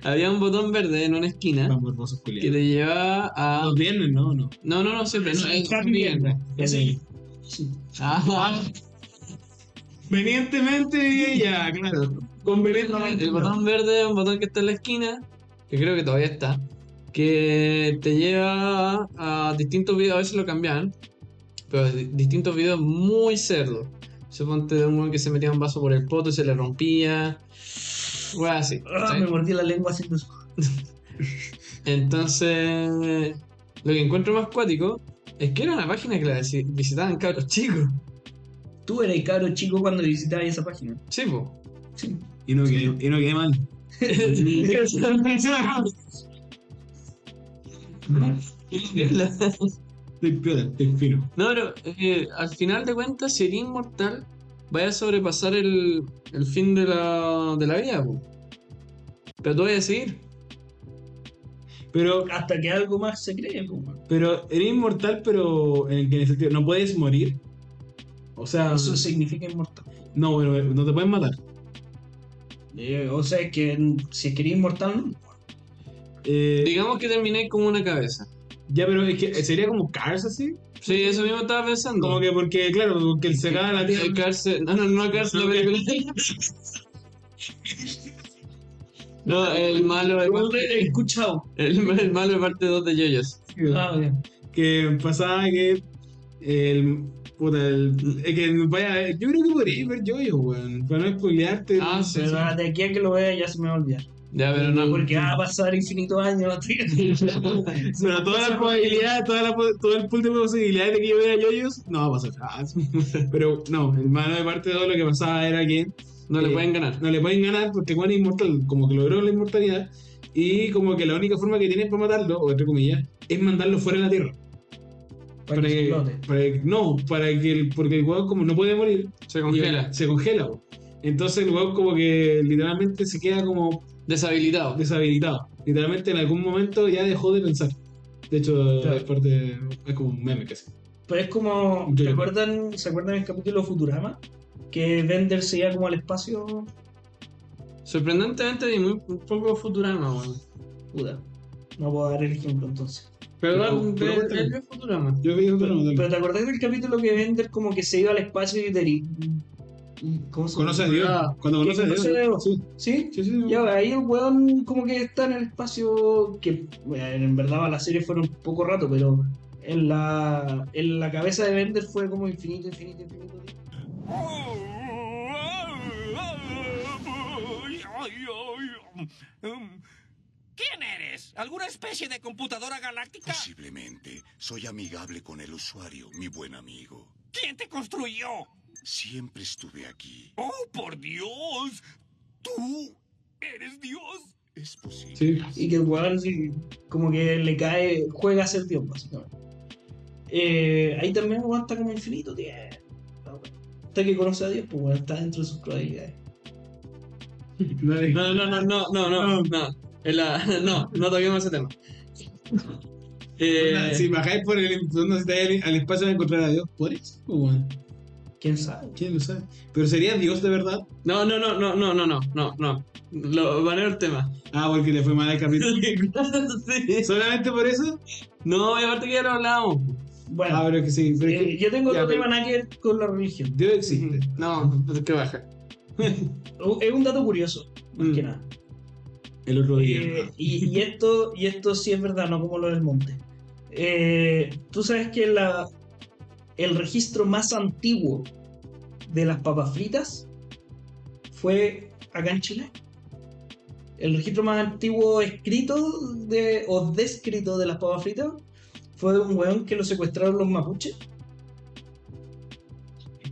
[SPEAKER 1] Había un botón verde en una esquina
[SPEAKER 3] Vamos, hermosos
[SPEAKER 1] que
[SPEAKER 3] culiados.
[SPEAKER 1] te llevaba a.
[SPEAKER 3] Los viernes, no, no.
[SPEAKER 1] No, no, no, siempre. No, es
[SPEAKER 2] Happy
[SPEAKER 1] viernes.
[SPEAKER 2] Ese-
[SPEAKER 1] Ah,
[SPEAKER 3] Convenientemente, ya, claro. Convenientemente.
[SPEAKER 1] El botón verde es un botón que está en la esquina, que creo que todavía está, que te lleva a distintos videos, a veces lo cambian, pero di- distintos videos muy cerdos. Suponte de un weón que se metía un vaso por el poto y se le rompía. Weón así.
[SPEAKER 2] Ah,
[SPEAKER 1] ¿cachai?
[SPEAKER 2] me mordí la lengua haciendo eso.
[SPEAKER 1] Entonces, lo que encuentro más cuático es que era una página que la visi- visitaban cabros chicos.
[SPEAKER 2] Tú eras caro chico cuando visitabas esa página.
[SPEAKER 1] Sí, po.
[SPEAKER 2] Sí.
[SPEAKER 3] Y no quedé, y no quedé mal.
[SPEAKER 1] La-
[SPEAKER 3] Estoy piola, estoy fino.
[SPEAKER 1] No, pero eh, al final de cuentas, si eres inmortal, vaya a sobrepasar el, el fin de la, de la vida, po. Pero tú vas a seguir.
[SPEAKER 3] Pero,
[SPEAKER 2] Hasta que algo más se cree, pues, weón.
[SPEAKER 3] pero, eres inmortal, pero en el, en el sentido, no puedes morir. O sea,
[SPEAKER 2] Eso significa inmortal.
[SPEAKER 3] no, bueno, no te pueden matar.
[SPEAKER 2] Eh, O sea, es que mm, si quería inmortal, no.
[SPEAKER 3] Eh,
[SPEAKER 1] Digamos que terminé como una cabeza.
[SPEAKER 3] ya, pero es que sería como Cars así.
[SPEAKER 1] Sí, eso mismo estaba pensando.
[SPEAKER 3] Como que, porque, claro, porque se acaba la
[SPEAKER 1] El
[SPEAKER 3] tierra.
[SPEAKER 1] cárcel. No, no, no, cárcel, la película. No, el malo de
[SPEAKER 2] Yo he
[SPEAKER 1] parte,
[SPEAKER 2] escuchado.
[SPEAKER 1] el, el malo de parte 2 de Yoyos.
[SPEAKER 2] Ah, bien.
[SPEAKER 3] que pasaba que el puta el es que vaya yo creo que podría ver yo yo weón para no spoilearte
[SPEAKER 1] Ah, sí.
[SPEAKER 2] Pero de aquí a que lo vea ya se me va a olvidar.
[SPEAKER 1] Ya, pero no.
[SPEAKER 2] Porque va a pasar infinitos años. tío.
[SPEAKER 3] Pero toda la probabilidad, toda la, po- todo el pool de posibilidades de que yo vea yoyos, no va a pasar. Ah, Pero no, el malo de parte de todo lo que pasaba era que
[SPEAKER 1] No le
[SPEAKER 3] Eh,
[SPEAKER 1] pueden ganar.
[SPEAKER 3] no le pueden ganar porque Juan es inmortal, como que logró la inmortalidad. Y como que la única forma que tienen para matarlo, o entre comillas, es mandarlo fuera de la tierra.
[SPEAKER 2] Para que explote.
[SPEAKER 3] para que- no, para que el, porque el huevo como no puede morir,
[SPEAKER 1] Se congela.
[SPEAKER 3] se congela. po. Entonces el huevo como que literalmente se queda como
[SPEAKER 1] Deshabilitado.
[SPEAKER 3] deshabilitado. Literalmente en algún momento ya dejó de pensar. De hecho,
[SPEAKER 2] Claro.
[SPEAKER 3] es parte. Es como un meme casi.
[SPEAKER 2] Pero es como.
[SPEAKER 3] Yo
[SPEAKER 2] ¿Te
[SPEAKER 3] creo.
[SPEAKER 2] acuerdan, ¿Se acuerdan el capítulo de Futurama? Que Bender se iba como al espacio.
[SPEAKER 1] Sorprendentemente y muy poco Futurama, weón.
[SPEAKER 2] Puta. No puedo dar el ejemplo entonces.
[SPEAKER 1] Pero
[SPEAKER 3] Pero-
[SPEAKER 1] él-
[SPEAKER 3] pero
[SPEAKER 1] él-
[SPEAKER 3] cuéntame.
[SPEAKER 1] él vio Futurama.
[SPEAKER 3] Yo vi otro
[SPEAKER 2] Pero,
[SPEAKER 3] nombre.
[SPEAKER 2] pero ¿te acordás del capítulo que Bender como que se iba al espacio y deri... ¿Cómo se
[SPEAKER 3] Conoce a Dios.
[SPEAKER 1] Ah,
[SPEAKER 3] Cuando
[SPEAKER 2] que
[SPEAKER 3] conoce a Dios.
[SPEAKER 2] conoce a Dios.
[SPEAKER 3] Sí,
[SPEAKER 2] ¿Sí?
[SPEAKER 3] sí, sí.
[SPEAKER 2] Ya, pues, ahí el weón como que está en el espacio que bueno, en verdad la serie fueron poco rato, pero en la, en la cabeza de Bender fue como infinito, infinito, infinito.
[SPEAKER 5] ¿Quién eres? ¿Alguna especie de computadora
[SPEAKER 6] Pues
[SPEAKER 5] galáctica?
[SPEAKER 6] Posiblemente soy amigable con el usuario, mi buen amigo.
[SPEAKER 5] ¿Quién te construyó?
[SPEAKER 6] Siempre estuve aquí.
[SPEAKER 5] ¡Oh, por Dios! ¿Tú eres Dios?
[SPEAKER 6] Es posible.
[SPEAKER 3] Sí.
[SPEAKER 2] Y que el weón sí, como que le cae, juega a ser Dios, básicamente. Eh, ahí también el weón está como infinito, tío. Hasta que conoce a Dios, pues weón, está dentro de sus probabilidades.
[SPEAKER 3] Dale.
[SPEAKER 1] No, no, no, no, no, no, no. Es la- no, no toquemos ese tema. Eh,
[SPEAKER 3] Si bajáis por el donde estáis al espacio de encontrar a Dios, por eso, pues, bueno,
[SPEAKER 2] ¿Quién sabe?
[SPEAKER 3] quién lo sabe. Pero sería Dios de verdad.
[SPEAKER 1] No, no, no, no, no, no, no, no, no. Lo baneo el tema.
[SPEAKER 3] Ah, porque le fue mal al capítulo.
[SPEAKER 1] Sí.
[SPEAKER 3] ¿Solamente por eso?
[SPEAKER 1] No, y aparte que ya lo hablábamos.
[SPEAKER 2] Bueno,
[SPEAKER 3] Ah, pero es que sí. pero es
[SPEAKER 2] eh,
[SPEAKER 3] que
[SPEAKER 2] yo tengo
[SPEAKER 1] ya,
[SPEAKER 2] otro
[SPEAKER 1] pero-
[SPEAKER 2] tema nada que ver con la religión.
[SPEAKER 3] Dios existe.
[SPEAKER 1] No, es que baja.
[SPEAKER 2] Es un dato curioso, más
[SPEAKER 1] Mm.
[SPEAKER 2] que nada.
[SPEAKER 3] El otro día.
[SPEAKER 2] Eh, y, y esto, y esto sí es verdad, no como lo del monte. Eh, Tú sabes que la, el registro más antiguo de las papas fritas fue acá en Chile. El registro más antiguo escrito de, o descrito de las papas fritas fue de un weón que lo secuestraron los mapuches.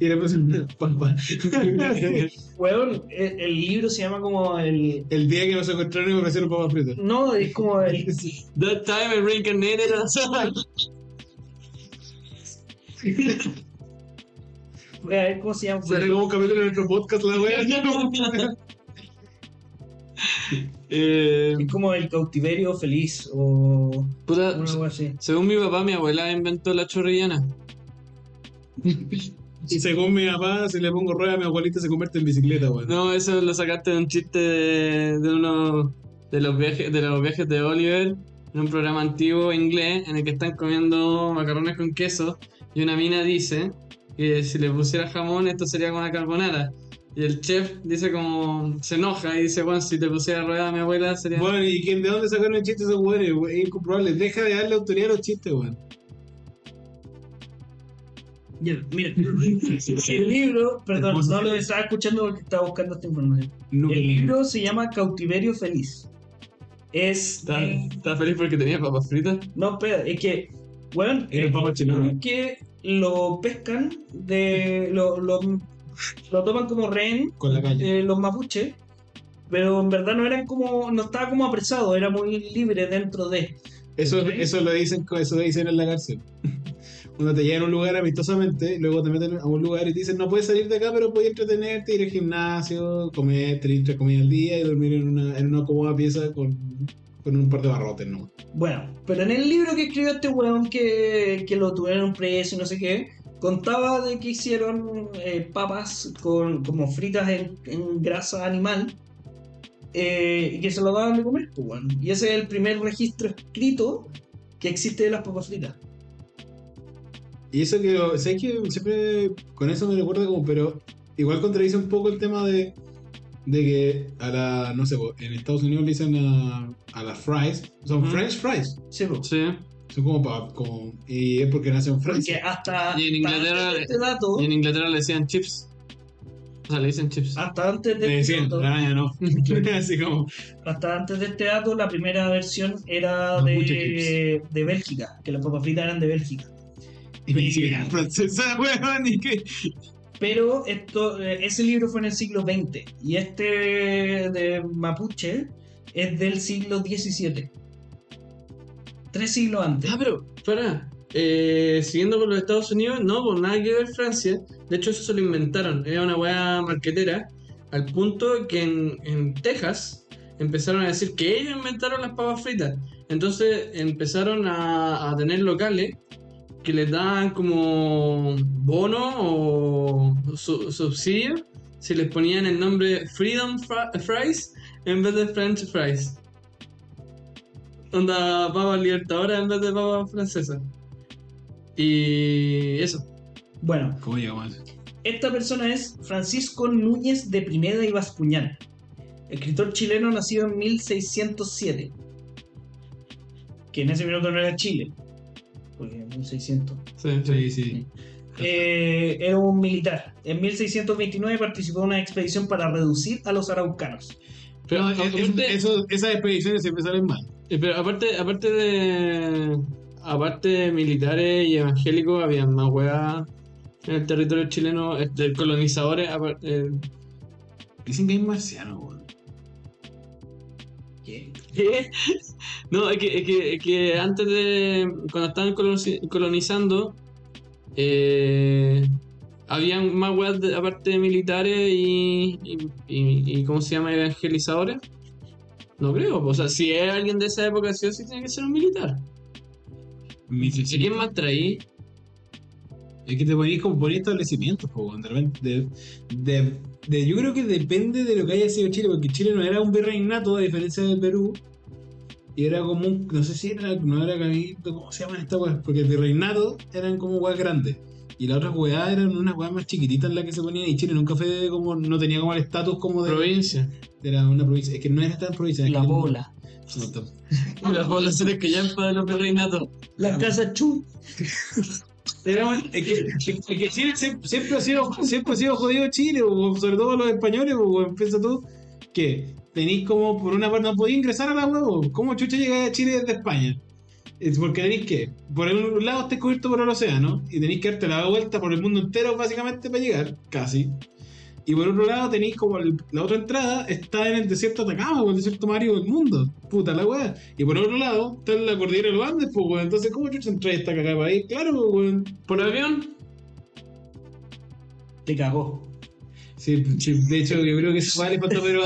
[SPEAKER 3] Y le puse una papa.
[SPEAKER 2] Weón, el, el libro se llama como el.
[SPEAKER 3] El día que nos encontraron y me ofrecieron papas fritas.
[SPEAKER 2] No, es como el
[SPEAKER 1] That time I reincarnated as a-
[SPEAKER 2] Voy a ver eh, cómo se llama.
[SPEAKER 3] Sale como un capítulo de nuestro podcast, la wea.
[SPEAKER 1] Eh,
[SPEAKER 2] Es como el cautiverio feliz o
[SPEAKER 1] puta,
[SPEAKER 2] una algo así.
[SPEAKER 1] según mi papá, mi abuela inventó la chorrillana.
[SPEAKER 3] Y según mi papá, si le pongo rueda a mi abuelita, se convierte en bicicleta, weón.
[SPEAKER 1] No, eso lo sacaste de un chiste de, de uno de los viajes de los viajes de Oliver, en un programa antiguo inglés en el que están comiendo macarrones con queso y una mina dice que si le pusiera jamón esto sería como una carbonara. Y el chef dice como se enoja y dice, bueno, si te pusiera rueda a mi abuela sería
[SPEAKER 3] Bueno, ¿y quién, de dónde sacaron el chiste esos weones? weón? Es incomprobable. Deja de darle autoridad a los chistes, weón.
[SPEAKER 2] Ya, mira, el libro, perdón, no lo estaba escuchando porque estaba buscando esta información.
[SPEAKER 3] No,
[SPEAKER 2] El libro se llama Cautiverio Feliz. Es. eh,
[SPEAKER 1] ¿Estás estás feliz porque tenía papas fritas?
[SPEAKER 2] No, espera, es que, bueno,
[SPEAKER 3] Era el papa chileno.
[SPEAKER 2] que lo pescan de. Lo, lo, lo toman como rehén
[SPEAKER 3] Con la calle.
[SPEAKER 2] eh, los mapuches, pero en verdad no eran como. No estaba como apresado, era muy libre dentro de.
[SPEAKER 3] Eso, eso, lo dicen, eso lo dicen en la cárcel. Cuando te llevan a un lugar amistosamente, luego te meten a un lugar y te dicen, no puedes salir de acá, pero puedes entretenerte, ir al gimnasio, comer tres, tres comidas al día y dormir en una, en una cómoda pieza con, con un par de barrotes, ¿no?
[SPEAKER 2] Bueno, pero en el libro que escribió este weón que, que lo tuvieron preso y no sé qué, contaba de que hicieron eh, papas con, como fritas en, en grasa animal eh, y que se lo daban de comer, pues, weón. Y ese es el primer registro escrito que existe de las papas fritas.
[SPEAKER 3] Y eso que, ¿sabes que Siempre con eso me recuerda como, pero igual contradice un poco el tema de, de que a la, no sé, po, en Estados Unidos le dicen a, a las fries, son
[SPEAKER 1] Ujú.
[SPEAKER 3] French fries,
[SPEAKER 2] Sí, pues. po.
[SPEAKER 1] Sí.
[SPEAKER 3] son como, pa- como y es porque nacen en Francia.
[SPEAKER 2] Porque hasta,
[SPEAKER 1] Y en
[SPEAKER 2] hasta
[SPEAKER 1] Inglaterra-
[SPEAKER 2] este dato,
[SPEAKER 1] Y en Inglaterra le decían chips. O sea, le dicen chips.
[SPEAKER 2] Hasta antes
[SPEAKER 3] Le
[SPEAKER 2] de, este
[SPEAKER 3] decían,
[SPEAKER 2] dato,
[SPEAKER 3] araña no. Así como,
[SPEAKER 2] hasta antes de este dato, la primera versión era
[SPEAKER 3] No, mucho
[SPEAKER 2] de,
[SPEAKER 3] chips.
[SPEAKER 2] de Bélgica, que las papas fritas eran de Bélgica.
[SPEAKER 3] y me dice que era francesa, weón, y que.
[SPEAKER 2] Pero esto, eh, ese libro fue en el siglo XX y este de Mapuche es del siglo XVII. Tres siglos antes.
[SPEAKER 1] Ah, pero, para. eh, siguiendo con los Estados Unidos, no, con nada que ver Francia. De hecho, eso se lo inventaron. Era una weá marquetera. Al punto que en, en Texas empezaron a decir que ellos inventaron las papas fritas. Entonces empezaron a, a tener locales que les daban como bono o su- subsidio si les ponían el nombre Freedom Fra- Fries en vez de French Fries. Onda papa libertadora en vez de papa francesa. Y eso.
[SPEAKER 2] Bueno,
[SPEAKER 3] ¿Cómo llegamos a eso?
[SPEAKER 2] esta persona es Francisco Núñez de Pineda y Bascuñán, escritor chileno nacido en 1607, que en ese minuto no era Chile, porque en 1600.
[SPEAKER 1] Sí,
[SPEAKER 3] Sí, sí.
[SPEAKER 2] Eh, era un militar. En 1629 participó en una expedición para reducir a los araucanos.
[SPEAKER 1] Pero,
[SPEAKER 3] No, es- es-
[SPEAKER 1] aparte,
[SPEAKER 3] eso- esas expediciones siempre salen mal.
[SPEAKER 1] eh, pero aparte, aparte de. Aparte de militares y evangélicos, habían más weas en el territorio chileno, este, colonizadores. apar- eh,
[SPEAKER 3] Dicen que hay marcianos, weón.
[SPEAKER 1] ¿Qué? No, es que, es que, es que antes de. Cuando estaban colonizi- colonizando, eh, habían más weas de- aparte de militares y, y, y- y ¿Cómo se llama? Evangelizadores. No creo, o sea, si es alguien de esa época, sí o sí tiene que ser un militar. ¿Y quién más traí?
[SPEAKER 3] Es que te ponís como poner establecimientos, po, weón, de repente. De, de- de- yo creo que depende de lo que haya sido Chile, porque Chile no era un virreinato, a diferencia del Perú. Y era como un. No sé si era. No era cabito, ¿cómo se llaman estas weas? Porque el virreinato eran como weas grandes. Y las otras weas eran unas weas más chiquititas en las que se ponían. Y Chile nunca fue como. No tenía como el estatus como de.
[SPEAKER 1] Provincia.
[SPEAKER 3] Era una provincia. Es que no era tan provincia. es
[SPEAKER 2] La
[SPEAKER 3] que-
[SPEAKER 2] bola.
[SPEAKER 3] No, tampoco.
[SPEAKER 1] Las poblaciones que ya para los virreinatos.
[SPEAKER 2] La casa Chu.
[SPEAKER 3] Era- es que, es que Chile siempre, siempre ha sido, siempre ha sido jodido Chile, bo, sobre todo los españoles, bo, empieza tú que tenéis como por una parte no podéis ingresar a la huevo, ¿cómo chucha llegáis a Chile desde España? Es porque tenéis que, por un lado estáis cubierto por el océano y tenéis que darte la vuelta por el mundo entero básicamente para llegar, casi. Y por otro lado tenéis como el- la otra entrada está en el desierto de Atacama, o el desierto Mario del mundo. Puta la weá. Y por otro lado está en la cordillera de los Andes, pues weón. Entonces, ¿cómo chucha entráis a esta cagada de país? Claro, pues, weón.
[SPEAKER 1] ¿Por avión?
[SPEAKER 2] Te cagó.
[SPEAKER 3] Sí, sí, de hecho, yo creo que eso vale para pero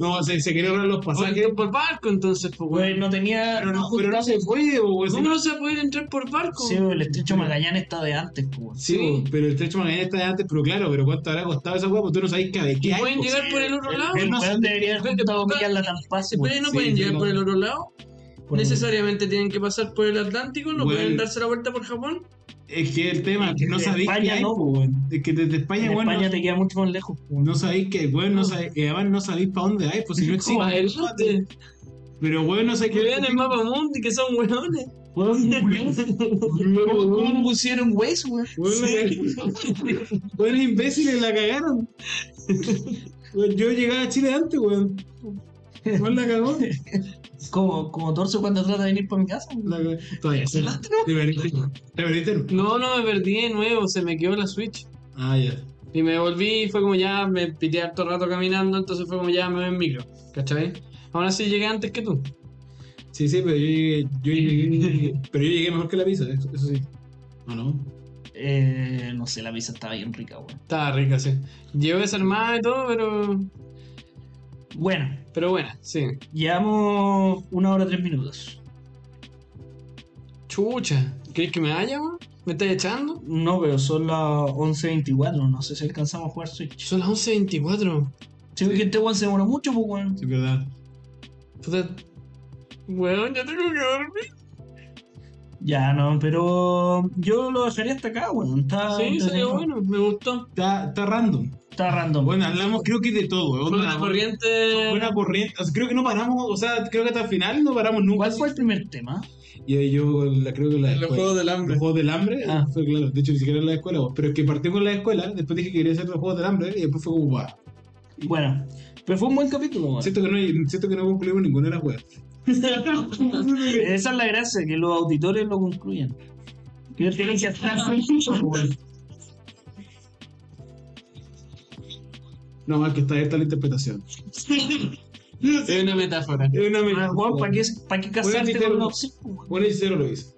[SPEAKER 3] No, se, se quiere ahorrar los pasajes.
[SPEAKER 1] Por, por barco, entonces, pues,
[SPEAKER 2] Güey,
[SPEAKER 1] weón.
[SPEAKER 2] no tenía.
[SPEAKER 3] Pero no,
[SPEAKER 2] justo-
[SPEAKER 3] pero no se puede, bo, güey.
[SPEAKER 1] ¿Cómo no se va a poder entrar por barco?
[SPEAKER 2] Sí, el estrecho Magallanes está de antes, pues.
[SPEAKER 3] Sí, bo, pero el estrecho Magallanes está de antes, pero claro, pero ¿cuánto habrá costado esa hueá? Porque tú no sabes qué, qué
[SPEAKER 1] ¿Y
[SPEAKER 3] hay.
[SPEAKER 1] pueden
[SPEAKER 3] po.
[SPEAKER 1] llegar por el otro lado?
[SPEAKER 2] El
[SPEAKER 3] no
[SPEAKER 2] weón
[SPEAKER 3] sé.
[SPEAKER 2] debería haber juntado
[SPEAKER 1] Pero-
[SPEAKER 2] Miguel la Tampaz,
[SPEAKER 1] Pero no
[SPEAKER 3] sí,
[SPEAKER 1] pueden llegar
[SPEAKER 3] no.
[SPEAKER 1] por el otro lado.
[SPEAKER 2] Por-
[SPEAKER 1] Necesariamente tienen que pasar por el Atlántico, no
[SPEAKER 3] Bueno.
[SPEAKER 1] pueden darse la vuelta por Japón.
[SPEAKER 3] Es que el tema, que no
[SPEAKER 2] Desde
[SPEAKER 3] sabéis qué
[SPEAKER 2] España
[SPEAKER 3] hay.
[SPEAKER 2] no, pues,
[SPEAKER 3] po, güey. Es que desde España,
[SPEAKER 2] En
[SPEAKER 3] güey, no-
[SPEAKER 2] España te queda mucho más lejos, pues.
[SPEAKER 3] no sabéis qué, güey, no sabéis, y además no sabéis para dónde hay, pues si no
[SPEAKER 1] Como a
[SPEAKER 3] existe.
[SPEAKER 1] el norte.
[SPEAKER 3] Pero güey, no sabéis
[SPEAKER 1] Que vean el mapa mundi, que son hueones.
[SPEAKER 2] ¿Cómo pusieron hueso, güey?
[SPEAKER 3] Bueno, imbéciles la cagaron. Güey, Yo llegaba a Chile antes, weón. ¿Cuál la cagó?
[SPEAKER 2] Como, como torso cuando trata de venir por mi casa.
[SPEAKER 3] La cagó. Todavía se la. Te perdiste. Te perdiste, ¿no?
[SPEAKER 1] No, no, me perdí de nuevo, se me quedó la Switch.
[SPEAKER 3] Ah, ya.
[SPEAKER 1] Y me volví y fue como ya, me pité harto rato caminando, entonces fue como ya me voy en micro. ¿Cachai? Aún así llegué antes que tú.
[SPEAKER 3] Sí, sí, pero yo llegué. Yo llegué pero yo llegué mejor que la pizza, eso, eso sí. ¿O no?
[SPEAKER 2] Eh, no sé, la pizza estaba bien rica, güey.
[SPEAKER 1] Estaba rica, sí. Llevo desarmada y todo, pero.
[SPEAKER 2] Bueno,
[SPEAKER 1] Pero bueno, sí.
[SPEAKER 2] llevamos una hora tres minutos.
[SPEAKER 1] Chucha. ¿Crees que me haya, weón? ¿Me estás echando?
[SPEAKER 2] No, pero son las 11.24, no sé si alcanzamos a jugar Switch.
[SPEAKER 1] Son las 11.24.
[SPEAKER 2] Sí, porque este weón se demoró mucho, pues weón.
[SPEAKER 3] Sí, es verdad.
[SPEAKER 1] Puta. Weón, ya tengo que dormir.
[SPEAKER 2] Ya, no, pero yo lo dejaría hasta acá, weón. Está,
[SPEAKER 1] Sí, salió
[SPEAKER 2] entretenido.
[SPEAKER 1] bueno, me gustó.
[SPEAKER 3] Está, está random.
[SPEAKER 2] Está random.
[SPEAKER 3] Bueno, hablamos creo que de todo, weón.
[SPEAKER 1] Fue una corriente.
[SPEAKER 3] Buena corriente. O sea, creo que no paramos, o sea, creo que hasta el final no paramos nunca.
[SPEAKER 2] ¿Cuál fue el primer tema?
[SPEAKER 3] Y ahí yo con la, creo que la
[SPEAKER 1] Los
[SPEAKER 3] escuela-
[SPEAKER 1] Juegos del Hambre.
[SPEAKER 3] Los Juegos del Hambre.
[SPEAKER 1] Ah.
[SPEAKER 3] fue claro. De hecho, ni siquiera en la escuela. vos. Pero es que partí con la escuela, después dije que quería hacer los Juegos del Hambre y después fue como, guau.
[SPEAKER 2] Bueno, pero fue un buen capítulo. weón.
[SPEAKER 3] Siento que no, hay- siento que no concluimos ninguna de las weas.
[SPEAKER 2] Esa es la gracia, que los auditores lo concluyan. Que ellos tienen que estar felices, weón.
[SPEAKER 3] No, más que está abierta la interpretación.
[SPEAKER 1] Es una metáfora.
[SPEAKER 3] Es una
[SPEAKER 2] Ah, weón, ¿Para qué, para qué casarte
[SPEAKER 3] dijeron-
[SPEAKER 2] con la opción? weón?
[SPEAKER 3] Bueno, y cero lo hizo.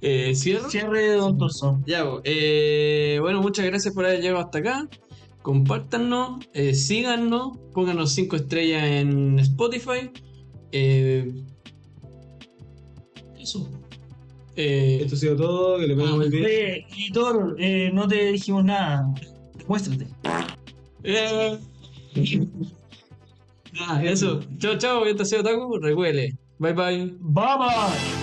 [SPEAKER 1] Eh, ¿Cierro?
[SPEAKER 2] Cierre de Don Torso.
[SPEAKER 1] Ya, bo. Eh, bueno, muchas gracias por haber llegado hasta acá. Compártanos, eh, síganos, pónganos 5 estrellas en Spotify. Eh, eso. Eh,
[SPEAKER 3] Esto ha sido todo, que le vaya
[SPEAKER 1] Ah,
[SPEAKER 3] muy bien.
[SPEAKER 2] Oye, editor, eh, no te dijimos nada. Muéstrate.
[SPEAKER 1] eh. Ah, eso. Chao, chao. Esto ha sido Taco. Recuerde. Bye, bye.
[SPEAKER 2] Bye bye.